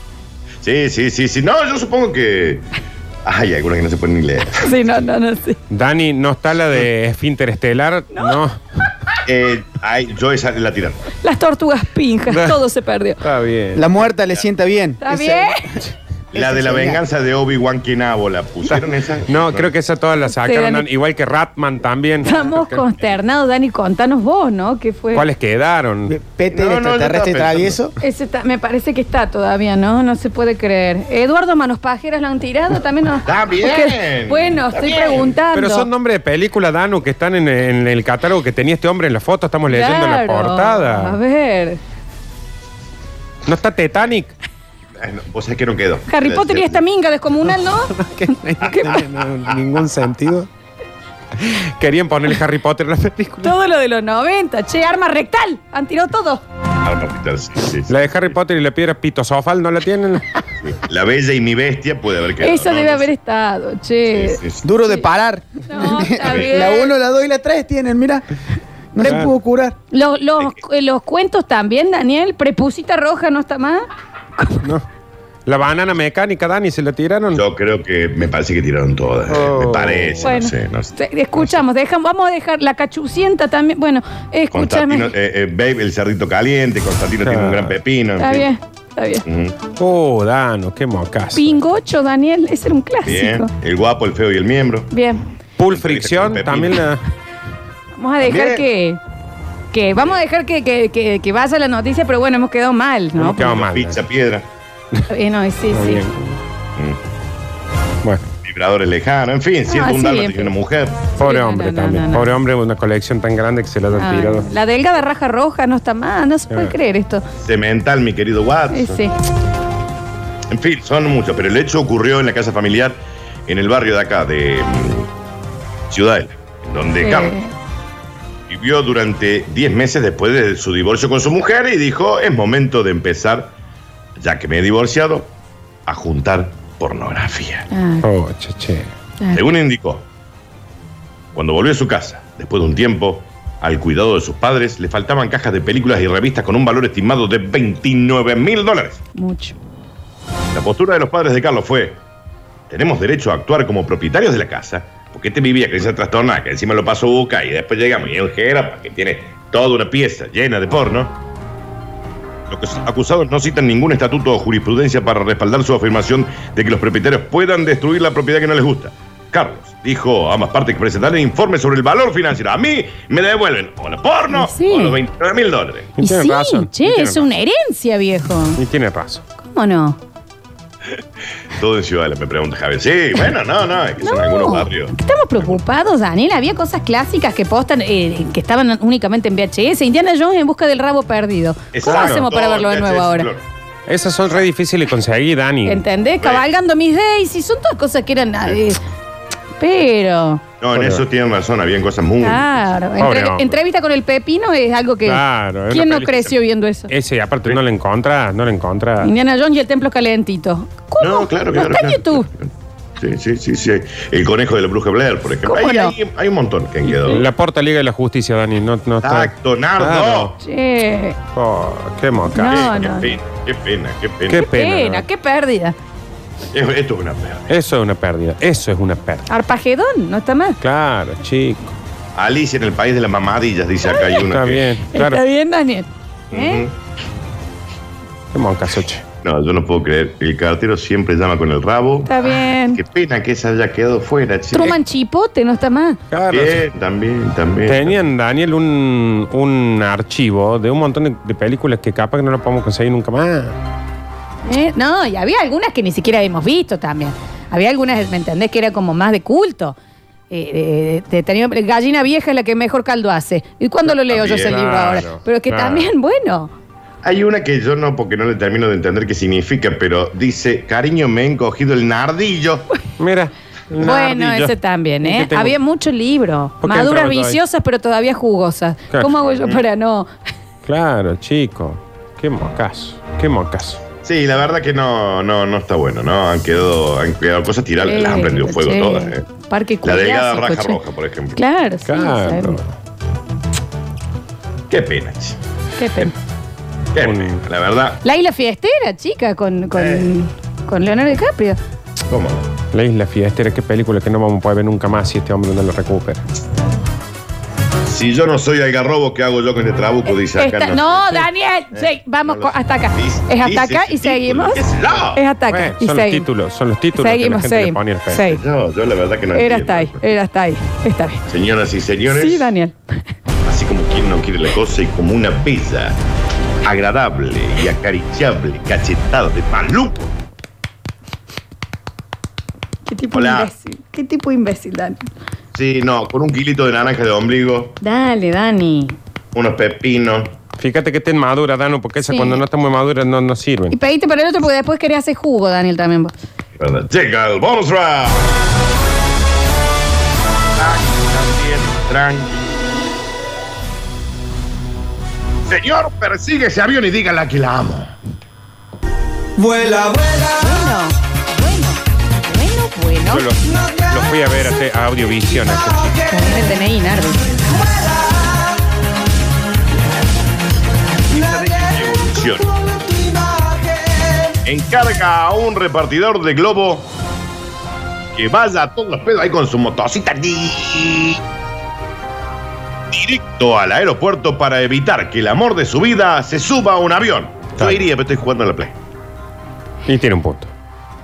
Speaker 2: Sí, sí, sí, sí. No, yo supongo que. Hay algunas que no se pueden
Speaker 1: [laughs]
Speaker 2: ni leer.
Speaker 1: Sí, no, no, no, sí.
Speaker 3: Dani, ¿no está la de Esfínter Estelar? No.
Speaker 2: Eh, ay, yo esa la tiran.
Speaker 1: Las tortugas pinjas,
Speaker 3: Da-
Speaker 1: todo se perdió.
Speaker 2: Ah,
Speaker 3: Está bien.
Speaker 6: La muerta le sienta bien.
Speaker 1: ¿Está
Speaker 6: Esa-
Speaker 1: bien?
Speaker 2: La de la venganza de Obi-Wan Kenobi, ¿la pusieron
Speaker 3: [laughs]
Speaker 2: esa?
Speaker 3: No, creo que esa todas la sacaron,
Speaker 1: Dani.
Speaker 3: Dan, igual que Ratman también.
Speaker 1: Estamos
Speaker 3: Que-
Speaker 1: consternados, Dani. Contanos vos, ¿no? ¿Qué fue?
Speaker 3: ¿Cuáles quedaron?
Speaker 6: Pe-
Speaker 2: No,
Speaker 6: Pete el
Speaker 2: no, yo
Speaker 6: extraterrestre
Speaker 2: estaba
Speaker 6: travieso.
Speaker 1: Ese está- me parece que está todavía, ¿no? No se puede creer. Eduardo Manos Pajeras lo han tirado también. No?
Speaker 2: Está bien,
Speaker 1: Porque- bueno,
Speaker 2: está
Speaker 1: estoy
Speaker 2: bien.
Speaker 1: preguntando.
Speaker 3: Pero son nombres de película, Danu, que están en, en el catálogo que tenía este hombre en la foto. Estamos leyendo la
Speaker 1: Claro.
Speaker 3: portada.
Speaker 1: A ver.
Speaker 3: ¿No está Titanic?
Speaker 2: Ay, no, Vos sabés que no quedó.
Speaker 1: Harry Potter y esta minga descomunal,
Speaker 2: [laughs]
Speaker 1: ¿no?
Speaker 6: Que no tiene ningún sentido.
Speaker 3: Querían ponerle Harry Potter en la película.
Speaker 1: todo lo de los 90. Che, arma rectal. Han tirado todo.
Speaker 2: Arma mortal, sí, sí, sí.
Speaker 3: La de Harry Potter y la piedra pitosofal no la tienen.
Speaker 2: La bella y mi bestia puede haber quedado.
Speaker 1: Eso
Speaker 2: ¿no?
Speaker 1: debe haber estado, che.
Speaker 2: Sí, sí, sí.
Speaker 6: Duro de parar.
Speaker 1: No,
Speaker 2: [laughs]
Speaker 1: está bien.
Speaker 6: La 1, la 2 y la 3 tienen, mira. No se
Speaker 2: Ah.
Speaker 3: Claro.
Speaker 6: pudo curar.
Speaker 1: Los, los, eh, los cuentos también, Daniel. Prepusita roja no está más.
Speaker 2: Eh,
Speaker 3: No. La banana mecánica, Dani, se la tiraron.
Speaker 2: Yo creo que me parece que tiraron todas. eh.
Speaker 3: Oh.
Speaker 2: Me parece,
Speaker 1: Bueno,
Speaker 2: no sé. No sé.
Speaker 1: te- escuchamos, dejamos, vamos a dejar la cachucienta también. Bueno,
Speaker 2: Constantino,
Speaker 1: escúchame.
Speaker 2: eh, eh, Babe, el cerdito caliente, Constantino tiene un gran pepino. en
Speaker 1: Está
Speaker 2: fin.
Speaker 1: bien, está bien.
Speaker 2: Ujú,
Speaker 3: Oh, Dano, qué mocas.
Speaker 1: Pingocho, Daniel, ese era un clásico.
Speaker 2: Bien. El guapo, el feo y el miembro.
Speaker 1: Bien.
Speaker 3: Pull fricción, también la.
Speaker 1: Vamos a dejar
Speaker 2: Bien.
Speaker 1: que, que. Vamos a dejar que, que, que, que vaya la noticia, pero bueno, hemos quedado mal, ¿no? pues,
Speaker 3: Hemos quedado mal.
Speaker 2: Pizza, piedra,
Speaker 1: Eh, no, sí,
Speaker 3: Está
Speaker 1: sí.
Speaker 3: bien. Mm. Bueno,
Speaker 2: vibradores lejanos. En fin, si es
Speaker 1: así
Speaker 2: un dálmata
Speaker 1: Ah, bien.
Speaker 2: y una mujer.
Speaker 3: pobre
Speaker 1: no,
Speaker 3: hombre
Speaker 1: no, no,
Speaker 3: también.
Speaker 1: no, no.
Speaker 3: Pobre hombre, una colección tan grande que se la
Speaker 1: Ah,
Speaker 3: han tirado.
Speaker 1: la delgada raja roja no está más, no se puede
Speaker 2: Eh.
Speaker 3: Ah.
Speaker 1: creer esto.
Speaker 2: Cemental, mi querido Watson.
Speaker 1: Eh, sí.
Speaker 2: En fin, son muchos, pero el hecho ocurrió en la casa familiar en el barrio de acá, de mm, Ciudad, donde
Speaker 1: Eh,
Speaker 2: Carlos vivió durante 10 meses después de su divorcio con su mujer y dijo, es momento de empezar, ya que me he divorciado, a juntar pornografía.
Speaker 1: ah,
Speaker 3: Oh, che, che.
Speaker 1: ah.
Speaker 2: Según indicó, cuando volvió a su casa, después de un tiempo, al cuidado de sus padres, le faltaban cajas de películas y revistas con un valor estimado de 29 mil dólares.
Speaker 1: Mucho.
Speaker 2: La postura de los padres de Carlos fue: tenemos derecho a actuar como propietarios de la casa, porque este vivía que se trastornada, que encima lo pasó boca y después llegamos y es un jerapa que tiene toda una pieza llena de porno. Los acusados no citan ningún estatuto o jurisprudencia para respaldar su afirmación de que los propietarios puedan destruir la propiedad que no les gusta. Carlos dijo a ambas partes que presentaran informes sobre el valor financiero. A mí me devuelven o la porno
Speaker 1: Sí.
Speaker 2: o los 29 mil dólares.
Speaker 3: Y
Speaker 1: Y
Speaker 3: tiene
Speaker 1: sí,
Speaker 3: razón. y
Speaker 1: che,
Speaker 3: tiene
Speaker 1: es una herencia, viejo.
Speaker 3: razón, Y tiene razón.
Speaker 1: ¿Cómo no?
Speaker 2: Todo en Ciudadela, me pregunta Javier. Sí, bueno, no, no, es que son
Speaker 1: No.
Speaker 2: algunos barrios.
Speaker 1: Estamos preocupados, Daniel. Había cosas clásicas que postan, eh, que estaban únicamente en VHS. Indiana Jones en busca del rabo perdido. ¿Cómo
Speaker 2: Exacto.
Speaker 1: hacemos para verlo de nuevo
Speaker 2: Todo,
Speaker 1: ahora?
Speaker 2: claro.
Speaker 3: Esas son re difíciles de conseguir, Dani.
Speaker 1: ¿Entendés? Cabalgando mis days y son todas cosas que eran. eh, pero,
Speaker 2: No, en eso tienen razón, habían cosas muy.
Speaker 1: Ah, claro.
Speaker 3: Pobre
Speaker 1: entre-
Speaker 3: hombre.
Speaker 1: entrevista con el pepino es algo que.
Speaker 3: Claro, es
Speaker 1: ¿Quién
Speaker 3: una
Speaker 1: no
Speaker 3: película. Eh.
Speaker 1: creció viendo eso?
Speaker 3: Ese, aparte, no la encuentras, no la encuentras.
Speaker 1: Indiana Jones y el templo calentito. ¿Cómo?
Speaker 2: No, claro,
Speaker 1: ¿No
Speaker 2: claro.
Speaker 1: está en
Speaker 2: claro.
Speaker 1: YouTube.
Speaker 2: Sí, sí, sí, sí. El conejo de la bruja Blair, por ejemplo.
Speaker 1: ¿Cómo
Speaker 2: Hay,
Speaker 1: no?
Speaker 2: hay- hay un montón que han quedado.
Speaker 3: La porta Liga de la Justicia, Dani, no, no está.
Speaker 2: Exacto, Nardo.
Speaker 3: Claro.
Speaker 1: Che,
Speaker 3: Oh, qué moca.
Speaker 1: No.
Speaker 2: qué, Pena, qué pena, qué pena.
Speaker 3: Qué
Speaker 1: qué
Speaker 3: pena,
Speaker 1: pena,
Speaker 3: ¿no?
Speaker 1: qué pérdida.
Speaker 2: Es- Esto es una pena.
Speaker 3: Eso es una pérdida. Eso es una pérdida.
Speaker 1: Arpagedón, no está más.
Speaker 3: Claro, chico.
Speaker 2: Alicia en el país de las mamadillas, dice acá hay una.
Speaker 3: Está
Speaker 2: que-
Speaker 3: bien. Claro.
Speaker 1: Está bien, Daniel. ¿Eh?
Speaker 3: Qué monca, Soche.
Speaker 2: No, yo no puedo creer. El cartero siempre llama con el rabo.
Speaker 1: Está bien.
Speaker 2: Qué pena que esa haya quedado fuera, che.
Speaker 1: Truman Chipote, no está más.
Speaker 3: Claro.
Speaker 2: Bien, también, también.
Speaker 3: Tenían, Daniel, un, un archivo de un montón de, de películas que capaz que no lo podemos conseguir nunca más.
Speaker 1: ¿Eh? No, y había algunas que ni siquiera habíamos visto también. Había algunas, ¿me entendés? Que era como más de culto. Eh, eh, de- tenía- gallina vieja es la que mejor caldo hace. ¿Y cuándo lo leo yo ese
Speaker 2: También,
Speaker 1: libro
Speaker 3: claro,
Speaker 1: ahora? Pero que
Speaker 3: claro.
Speaker 1: también, bueno.
Speaker 2: Hay una que yo no, porque no le termino de entender qué significa, pero dice, cariño, me he encogido el nardillo.
Speaker 3: Mira.
Speaker 1: Bueno, ese también, ¿eh? Había
Speaker 3: mucho.
Speaker 1: mucho libro.
Speaker 3: este ¿Por qué
Speaker 1: Maduras
Speaker 3: entraba yo ahí?
Speaker 1: viciosas, pero todavía jugosas.
Speaker 3: Claro.
Speaker 1: ¿Cómo hago yo para no...?
Speaker 3: Claro, chico. Qué mocas. Qué mocas.
Speaker 2: Sí, la verdad que no, no, no está bueno, ¿no? Han quedado, han quedado cosas tiradas, las han prendido fuego
Speaker 1: eh, Che,
Speaker 2: todas, ¿eh?
Speaker 1: Parque
Speaker 2: La delgada
Speaker 1: Curiazo,
Speaker 2: raja
Speaker 1: coche.
Speaker 2: roja, por ejemplo.
Speaker 1: Claro, sí,
Speaker 3: Claro.
Speaker 1: sabemos.
Speaker 2: Qué pena, che.
Speaker 1: Qué pena.
Speaker 2: Qué
Speaker 3: Un-
Speaker 2: pena, la verdad.
Speaker 1: La isla fiestera, chica, con, con,
Speaker 2: Eh.
Speaker 1: con Leonardo DiCaprio.
Speaker 2: ¿Cómo? no?
Speaker 3: La isla fiestera, qué película que no vamos a poder ver nunca más si este hombre no la recupera.
Speaker 2: Si yo no soy algarrobo, ¿qué hago yo con este trabuco? Dice acá.
Speaker 1: Esta-
Speaker 2: sé.
Speaker 1: no, Daniel, sí,
Speaker 3: Eh,
Speaker 1: vamos
Speaker 2: no
Speaker 1: con-
Speaker 2: lo sé.
Speaker 1: hasta
Speaker 3: Ah,
Speaker 1: acá.
Speaker 2: Dice-
Speaker 1: Es hasta
Speaker 2: dice
Speaker 1: acá
Speaker 2: ese
Speaker 1: y
Speaker 2: título,
Speaker 1: seguimos.
Speaker 2: ¿qué es la?
Speaker 1: Es hasta acá
Speaker 3: Bueno,
Speaker 1: y
Speaker 3: son los
Speaker 1: seguimos.
Speaker 3: títulos, son los títulos
Speaker 1: Seguimos,
Speaker 3: que la gente le
Speaker 1: seguimos,
Speaker 3: ponía al frente.
Speaker 1: seguimos.
Speaker 2: No, yo la verdad que no
Speaker 1: Era
Speaker 2: entiendo.
Speaker 1: hasta ahí, era hasta ahí. Está bien.
Speaker 2: Señoras y señores,
Speaker 1: Sí, Daniel.
Speaker 2: así como quien no quiere la cosa y como una pizza agradable y acariciable, cachetada de maluco.
Speaker 1: Qué tipo
Speaker 2: Hola.
Speaker 1: imbécil. Qué tipo imbécil, Dani.
Speaker 2: Sí, no, con un kilito de naranja de ombligo,
Speaker 1: Dale, Dani.
Speaker 2: unos pepinos.
Speaker 3: Fíjate que estén maduras, Dano, porque esas
Speaker 1: Sí.
Speaker 3: cuando no están muy maduras no, no
Speaker 1: Y
Speaker 3: sirven.
Speaker 1: pediste para el otro porque después quería hacer jugo, Daniel, también. vos.
Speaker 2: ¿verdad? Llega el bonus round. Tranqui, también, tranqui. Señor, persigue ese avión y dígala que la amo.
Speaker 7: Vuela, vuela,
Speaker 1: Bueno, bueno, bueno,
Speaker 3: Yo
Speaker 1: bueno.
Speaker 3: los, los fui a ver a, te- a Audiovisión. a estos chicos.
Speaker 1: También el DNI, Nardi.
Speaker 2: Evolución. Encarga a un repartidor de globo que vaya a todos los pedos ahí con su motocita di- directo al aeropuerto para evitar que el amor de su vida se suba a un avión. Yo
Speaker 3: Claro.
Speaker 2: iría, pero estoy jugando a la play.
Speaker 3: Y tiene un punto.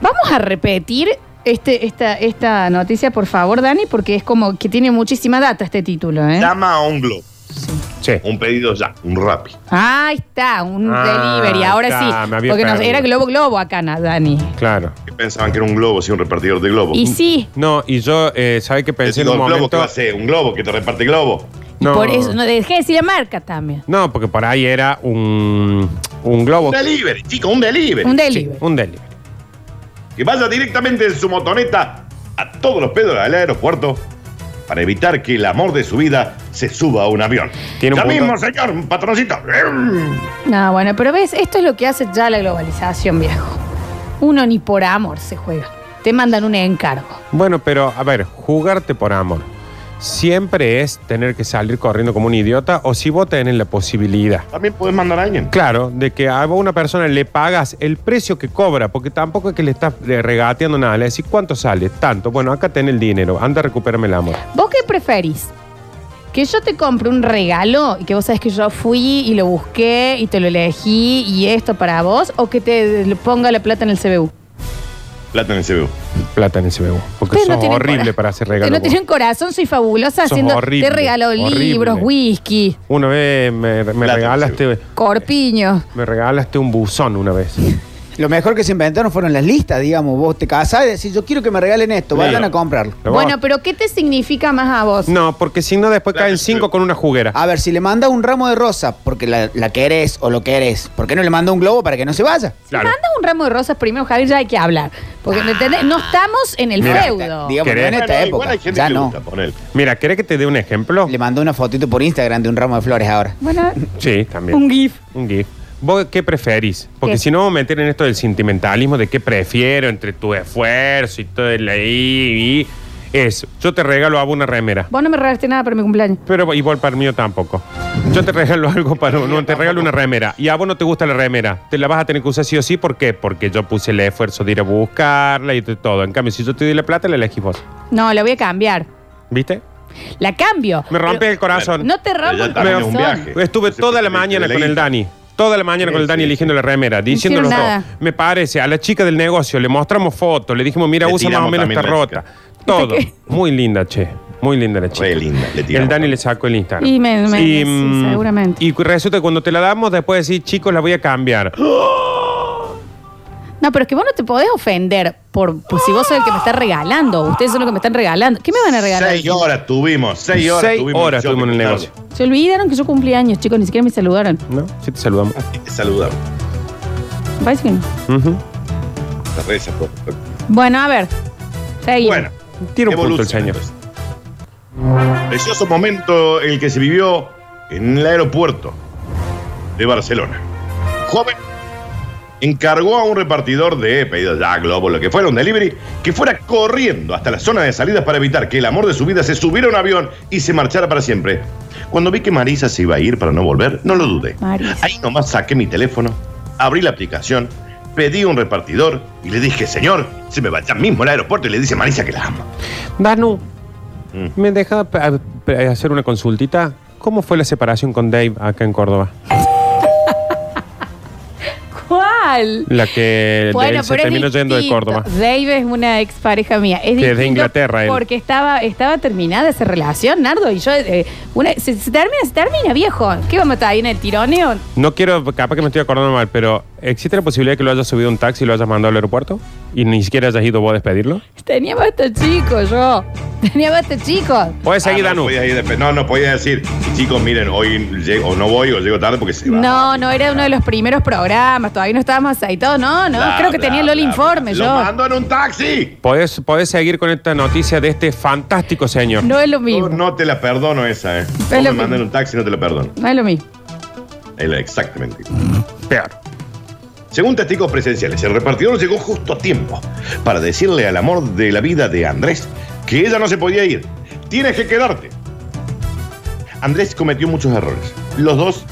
Speaker 1: Vamos a repetir este, esta, esta noticia, por favor, Dani, porque es como que tiene muchísima data este título, ¿eh?
Speaker 2: Llama a un globo,
Speaker 3: Sí.
Speaker 2: un pedido ya, un rapi.
Speaker 1: Ahí está, un
Speaker 3: Ah,
Speaker 1: delivery, ahora
Speaker 3: está, me
Speaker 1: sí.
Speaker 3: había
Speaker 1: Porque nos-
Speaker 3: perdido.
Speaker 1: era Globo Globo acá, na- Dani.
Speaker 3: Claro.
Speaker 2: Que pensaban que era un globo, sí, un repartidor de globo.
Speaker 1: Y sí,
Speaker 3: No, y yo, eh, ¿sabes qué pensé en un
Speaker 2: un globo que
Speaker 3: momento?
Speaker 2: hace, un globo que te reparte globo.
Speaker 1: y
Speaker 3: No.
Speaker 1: por eso, no dejé de decir la marca también.
Speaker 3: No, porque por ahí era un, un globo.
Speaker 2: Un delivery, chico, un
Speaker 3: Eh,
Speaker 2: delivery.
Speaker 1: Un delivery.
Speaker 3: Un delivery.
Speaker 2: que vaya directamente en su motoneta a todos los pedos al aeropuerto para evitar que el amor de su vida se suba a un avión.
Speaker 3: Tiene un
Speaker 2: ya
Speaker 3: punto.
Speaker 2: mismo, señor, patroncito.
Speaker 1: No, bueno, pero ves, esto es lo que hace ya la globalización, viejo. Uno ni por amor se juega. Te mandan un encargo.
Speaker 3: Bueno, pero a ver, jugarte por amor. Siempre es tener que salir corriendo como un idiota o si vos tenés la posibilidad.
Speaker 2: También puedes mandar a alguien.
Speaker 3: Claro, de que a una persona le pagas el precio que cobra, porque tampoco es que le estás eh, regateando nada. Le decís, ¿cuánto sale? Tanto. Bueno, acá tenés el dinero. Anda a recuperarme el amor.
Speaker 1: ¿Vos qué preferís? Que yo te compre un regalo y que vos sabés que yo fui y lo busqué y te lo elegí y esto para vos, o que te le ponga la plata en el CBU.
Speaker 2: Plata en el CBU.
Speaker 3: Plata en ese bebo. Porque
Speaker 1: Ustedes
Speaker 3: sos
Speaker 1: tienen
Speaker 3: horrible
Speaker 1: cora-
Speaker 3: para hacer
Speaker 1: Ustedes
Speaker 3: regalos.
Speaker 1: No tienen corazón, soy fabulosa
Speaker 3: Sos
Speaker 1: haciendo.
Speaker 3: horrible,
Speaker 1: te regalo
Speaker 3: horrible.
Speaker 1: libros, whisky,
Speaker 3: Una vez me, me
Speaker 2: Plata,
Speaker 3: regalaste
Speaker 1: corpiño.
Speaker 3: me regalaste un buzón una vez.
Speaker 6: Lo mejor que se inventaron fueron las listas, digamos. Vos te casás y decís, yo quiero que me regalen esto,
Speaker 2: Claro.
Speaker 6: vayan a comprarlo.
Speaker 3: ¿Lo
Speaker 1: Bueno,
Speaker 3: vos?
Speaker 1: pero ¿qué te significa más a vos?
Speaker 3: No, porque si no después
Speaker 2: Plata
Speaker 3: caen
Speaker 2: en
Speaker 3: cinco
Speaker 2: serio.
Speaker 3: con una juguera.
Speaker 1: Ah,
Speaker 6: A ver, si le manda un ramo de rosa porque la, la querés o lo querés, ¿por qué no le manda un globo para que no se vaya?
Speaker 1: Si
Speaker 3: Claro.
Speaker 1: mandas un ramo de rosas primero, Javier, ya hay que hablar. Porque ¿me entendés? no estamos en el
Speaker 3: Mira,
Speaker 1: feudo.
Speaker 6: Digamos, no
Speaker 3: ¿Querés?
Speaker 6: en esta
Speaker 2: Bueno, igual
Speaker 6: época.
Speaker 2: hay gente
Speaker 6: Ya
Speaker 2: que le
Speaker 6: no.
Speaker 2: gusta poner.
Speaker 3: Mira, ¿querés que te dé un ejemplo?
Speaker 6: Le mandó una fotito por Instagram de un ramo de flores ahora.
Speaker 1: Bueno,
Speaker 3: Sí, también.
Speaker 1: un GIF.
Speaker 3: Un GIF. ¿Vos qué preferís? Porque
Speaker 1: ¿Qué?
Speaker 3: si no vamos a meter en esto del sentimentalismo de qué prefiero entre tu esfuerzo y todo el ahí y eso. Yo te regalo a vos una remera.
Speaker 1: Vos no me regalaste nada para mi cumpleaños.
Speaker 3: Pero igual para el mío tampoco. Yo te regalo [laughs] algo para no te regalo una remera. Y a vos no te gusta la remera. Te la vas a tener que usar sí o sí. ¿Por qué? Porque yo puse el esfuerzo de ir a buscarla y de todo. En cambio, si yo te doy la plata, la elegís vos.
Speaker 1: No, la voy a cambiar.
Speaker 3: ¿Viste?
Speaker 1: La cambio.
Speaker 3: Me rompe el corazón.
Speaker 1: No te
Speaker 2: Pero
Speaker 1: rompo
Speaker 2: ya
Speaker 1: el
Speaker 2: también es
Speaker 1: corazón.
Speaker 2: un viaje.
Speaker 3: Estuve
Speaker 2: Ese
Speaker 3: toda
Speaker 2: porque le-
Speaker 3: la mañana
Speaker 2: le
Speaker 3: con el
Speaker 2: leíste.
Speaker 3: Dani. Toda la mañana con el
Speaker 2: Sí,
Speaker 3: Dani
Speaker 2: sí,
Speaker 3: eligiendo la remera, diciéndonos
Speaker 1: hicieron
Speaker 3: todo.
Speaker 1: nada.
Speaker 3: Me parece, a la chica del negocio le mostramos fotos, le dijimos, mira,
Speaker 2: Le
Speaker 3: usa más o
Speaker 2: tiramos
Speaker 3: menos esta
Speaker 2: también la chica.
Speaker 1: [laughs]
Speaker 3: rota. Todo. Muy linda, che. Muy linda la chica.
Speaker 2: Re linda, le tiramos
Speaker 3: el Dani
Speaker 2: también.
Speaker 3: le sacó el Instagram.
Speaker 1: Y me- me- sí,
Speaker 3: mm,
Speaker 1: seguramente.
Speaker 3: Y resulta que cuando te la damos, después decís, chicos, la voy a cambiar.
Speaker 1: No, pero es que vos no te podés ofender por, por si vos sos el que me está regalando. Ustedes son los que me están regalando. ¿Qué me van a regalar?
Speaker 2: Seis horas tuvimos, [gasps] seis horas
Speaker 3: Seis
Speaker 2: tuvimos.
Speaker 3: horas estuvimos en el
Speaker 2: shopping.
Speaker 3: negocio.
Speaker 1: Se olvidaron que yo cumplí años, chicos. Ni siquiera me saludaron.
Speaker 3: ¿No? Sí, te saludamos.
Speaker 2: Y te saludamos.
Speaker 1: Me Parece que no.
Speaker 3: Ujú.
Speaker 2: Te reza por-
Speaker 1: Bueno, a ver. Seguimos.
Speaker 2: Bueno,
Speaker 3: Tiene un punto el
Speaker 2: evolución,
Speaker 3: señor.
Speaker 2: entonces. Precioso momento el que se vivió en el aeropuerto de Barcelona. Joven encargó a un repartidor de pedidos ya, globo, lo que fuera, un delivery, que fuera corriendo hasta la zona de salidas para evitar que el amor de su vida se subiera a un avión y se marchara para siempre. Cuando vi que Marisa se iba a ir para no volver, no lo dudé.
Speaker 1: Marisa.
Speaker 2: Ahí nomás saqué mi teléfono, abrí la aplicación, pedí un repartidor y le dije, señor, se me va ya mismo al aeropuerto y le dice a Marisa que la amo.
Speaker 3: Danu,
Speaker 2: Mm.
Speaker 3: ¿me deja pa- pa- hacer una consultita? ¿Cómo fue la separación con Dave acá en Córdoba?
Speaker 1: ¿Cuál? [laughs]
Speaker 3: La que de él se
Speaker 1: pero es
Speaker 3: terminó yendo de
Speaker 1: distinto.
Speaker 3: Córdoba.
Speaker 1: Dave es una expareja mía. Es
Speaker 3: Que es de
Speaker 1: distinto
Speaker 3: Inglaterra, él.
Speaker 1: Porque estaba, estaba terminada esa relación, Nardo. Y yo, eh, una- se, se termina, se termina, viejo. ¿Qué vamos a estar ahí en el tironeo?
Speaker 3: No quiero, capaz que me estoy acordando mal, pero ¿existe la posibilidad de que lo hayas subido a un taxi y lo hayas mandado al aeropuerto? ¿Y ni siquiera hayas ido vos a despedirlo?
Speaker 1: Tenía basta chico yo. [laughs] Tenía basta chico.
Speaker 3: Puedes seguir,
Speaker 2: Ah, no,
Speaker 3: Pues Danu.
Speaker 2: podías ir después. no, no podía decir, chicos, miren, hoy llego, o no voy o llego tarde porque se va.
Speaker 1: No, no era uno de los primeros programas. Todavía no estábamos aceitados. No, no.
Speaker 2: Bla,
Speaker 1: creo que
Speaker 2: bla,
Speaker 1: tenía el Loli
Speaker 2: bla,
Speaker 1: informe
Speaker 2: bla.
Speaker 1: yo.
Speaker 2: Lo mando en un taxi.
Speaker 3: Podés, podés seguir con esta noticia de este fantástico señor.
Speaker 1: No es lo mismo.
Speaker 2: Yo
Speaker 1: No,
Speaker 2: no te la perdono esa, eh.
Speaker 1: lo
Speaker 2: Vos me
Speaker 1: mismo.
Speaker 2: mandan en un taxi, no te la perdono.
Speaker 1: es lo mismo.
Speaker 2: Él, exactamente.
Speaker 3: Peor.
Speaker 2: Según testigos presenciales, el repartidor llegó justo a tiempo para decirle al amor de la vida de Andrés que ella no se podía ir. Tienes que quedarte. Andrés cometió muchos errores. Los dos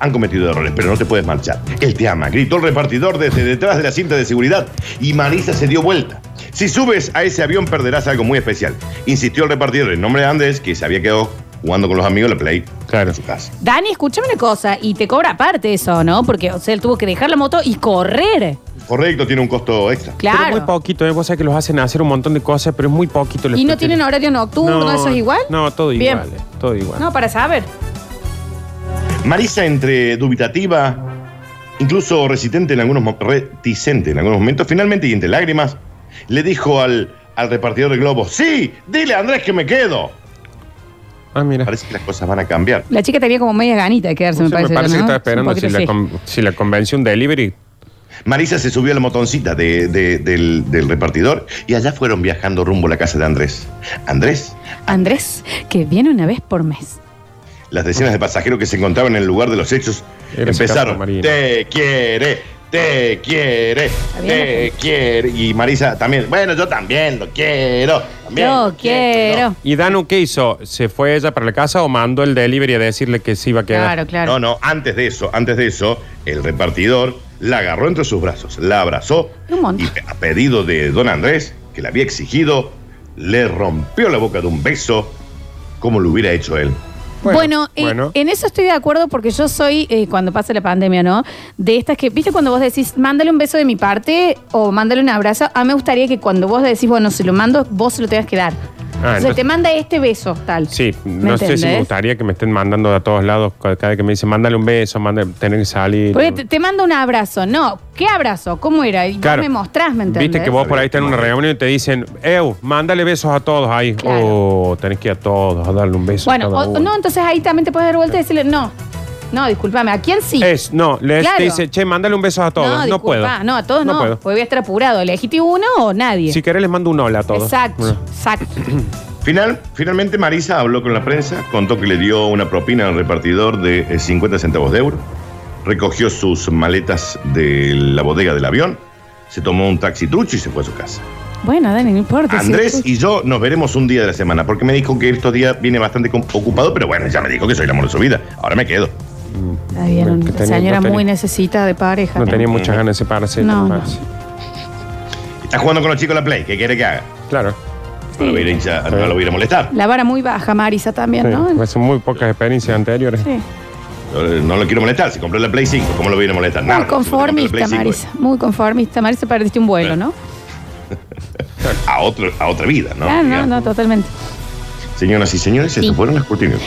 Speaker 2: han cometido errores, pero no te puedes marchar. Él te ama, gritó el repartidor desde detrás de la cinta de seguridad y Marisa se dio vuelta. Si subes a ese avión perderás algo muy especial, insistió el repartidor en nombre de Andrés, que se había quedado jugando con los amigos la Play
Speaker 3: Claro.
Speaker 2: en su casa.
Speaker 1: Dani, escúchame una cosa, y te cobra aparte eso, ¿no? Porque, o sea, él tuvo que dejar la moto y correr.
Speaker 2: Correcto, tiene un costo extra.
Speaker 3: Pero muy
Speaker 1: Claro.
Speaker 3: poquito, ¿eh? Vos sabés que los hacen hacer un montón de cosas, pero es muy poquito. el
Speaker 1: Y no
Speaker 3: espectáculo.
Speaker 1: tienen horario nocturno, ¿eso es igual?
Speaker 3: No, todo
Speaker 1: Bien.
Speaker 3: igual. eh, Todo igual.
Speaker 1: No, para saber.
Speaker 2: Marisa entre dubitativa, incluso resistente en algunos mo- reticente en algunos momentos, finalmente y entre lágrimas, le dijo al, al repartidor de globos, sí, dile a Andrés que me quedo.
Speaker 3: Ah, mira.
Speaker 2: Parece que las cosas van a cambiar.
Speaker 1: La chica tenía como media ganita de quedarse,
Speaker 3: Sí,
Speaker 1: me parece.
Speaker 3: que
Speaker 1: ¿no?
Speaker 3: estaba
Speaker 1: Un
Speaker 3: esperando si
Speaker 1: poquito,
Speaker 3: la,
Speaker 1: sí.
Speaker 3: con- si la convenció un delivery.
Speaker 2: Marisa se subió a la motoncita de- de- del, del repartidor y allá fueron viajando rumbo a la casa de Andrés. Andrés,
Speaker 1: Andrés, que viene una vez por mes.
Speaker 2: las decenas de pasajeros que se encontraban en el lugar de los hechos
Speaker 3: Era ese
Speaker 2: empezaron.
Speaker 3: campo marino.
Speaker 2: Te quiere, te quiere,
Speaker 1: bien,
Speaker 2: te quiere. Y Marisa también, bueno, yo también lo quiero. También
Speaker 1: Yo
Speaker 2: lo
Speaker 1: quiero.
Speaker 3: ¿Y Danu qué hizo? ¿Se fue ella para la casa o mandó el delivery a decirle que se iba a quedar?
Speaker 1: Claro, claro.
Speaker 2: No, no, antes de eso, antes de eso, el repartidor la agarró entre sus brazos, la abrazó
Speaker 1: Un montón.
Speaker 2: y a pedido de don Andrés, que le había exigido, le rompió la boca de un beso como lo hubiera hecho él.
Speaker 1: Bueno, eh,
Speaker 3: bueno.
Speaker 1: en eso estoy de acuerdo porque yo soy, eh, cuando pase la pandemia, ¿no? De estas que, viste, cuando vos decís, mándale un beso de mi parte o mándale un abrazo, a mí me gustaría que cuando vos decís, bueno, se lo mando, vos se lo tengas que dar. o sea,
Speaker 3: Ah, entonces-
Speaker 1: te manda este beso, tal.
Speaker 3: Sí,
Speaker 1: ¿Me
Speaker 3: no sé si me
Speaker 1: entendés?
Speaker 3: gustaría que me estén mandando a todos lados cada cada vez que me dicen, mándale un beso, mándale, tener que salir.
Speaker 1: Porque te, te manda un abrazo, no. ¿Qué abrazo? ¿Cómo era? Y vos
Speaker 3: Claro.
Speaker 1: me mostrás, ¿me entendés?
Speaker 3: Viste que vos por ahí estás en una reunión y te dicen, Ew, mándale besos a todos ahí.
Speaker 1: Claro.
Speaker 3: Oh, tenés que ir a todos a darle un beso.
Speaker 1: Bueno,
Speaker 3: a cada
Speaker 1: o-
Speaker 3: uno.
Speaker 1: no, entonces ahí también te puedes dar vuelta y decirle, no, no, discúlpame, ¿a quién sí?
Speaker 3: Es, no, le
Speaker 1: Claro.
Speaker 3: te dice, che, mándale un beso a todos. No,
Speaker 1: disculpa,
Speaker 3: puedo.
Speaker 1: No, a todos no. pues,
Speaker 3: puedo.
Speaker 1: Porque voy a estar apurado. ¿Elegiste uno o nadie?
Speaker 3: Si querés les mando un hola a todos.
Speaker 1: Exacto,
Speaker 3: Bueno. [clears throat]
Speaker 1: exacto.
Speaker 2: Final, finalmente Marisa habló con la prensa, contó que le dio una propina al repartidor de eh, 50 centavos de euro, recogió sus maletas de la bodega del avión, se tomó un taxi trucho y se fue a su casa.
Speaker 1: Bueno, Dani, no importa. si
Speaker 2: Andrés
Speaker 1: después-
Speaker 2: y yo nos veremos un día de la semana, porque me dijo que estos días viene bastante com- ocupado, pero bueno, ya me dijo que soy el amor de su vida. Ahora me quedo.
Speaker 1: Está bien,
Speaker 3: Bueno,
Speaker 1: una
Speaker 3: que tenía-
Speaker 1: señora
Speaker 3: no tenía-
Speaker 1: muy necesita de pareja.
Speaker 3: No tenía muchas ganas de separarse.
Speaker 1: No, no.
Speaker 3: más.
Speaker 2: Está jugando con los chicos en la Play, ¿qué quiere que haga?
Speaker 3: Claro.
Speaker 2: No lo voy a ir a hinchar- no lo voy a ir a molestar.
Speaker 1: La vara muy baja, Marisa, también,
Speaker 3: Sí,
Speaker 1: ¿no?
Speaker 3: pues son muy pocas experiencias anteriores.
Speaker 1: Sí.
Speaker 2: No, eh, no lo quiero molestar, si compró la Play 5, ¿cómo lo voy a ir a molestar?
Speaker 1: Muy
Speaker 2: Nada,
Speaker 1: conformista,
Speaker 2: la Play eh. 5
Speaker 1: Marisa. Muy conformista. Marisa, perdiste un vuelo, ¿no?
Speaker 2: A, otro, a otra vida, ¿no?
Speaker 1: Claro, no,
Speaker 2: Digamos.
Speaker 1: Ah, no, totalmente.
Speaker 2: Señoras y señores, estos fueron los cortinos.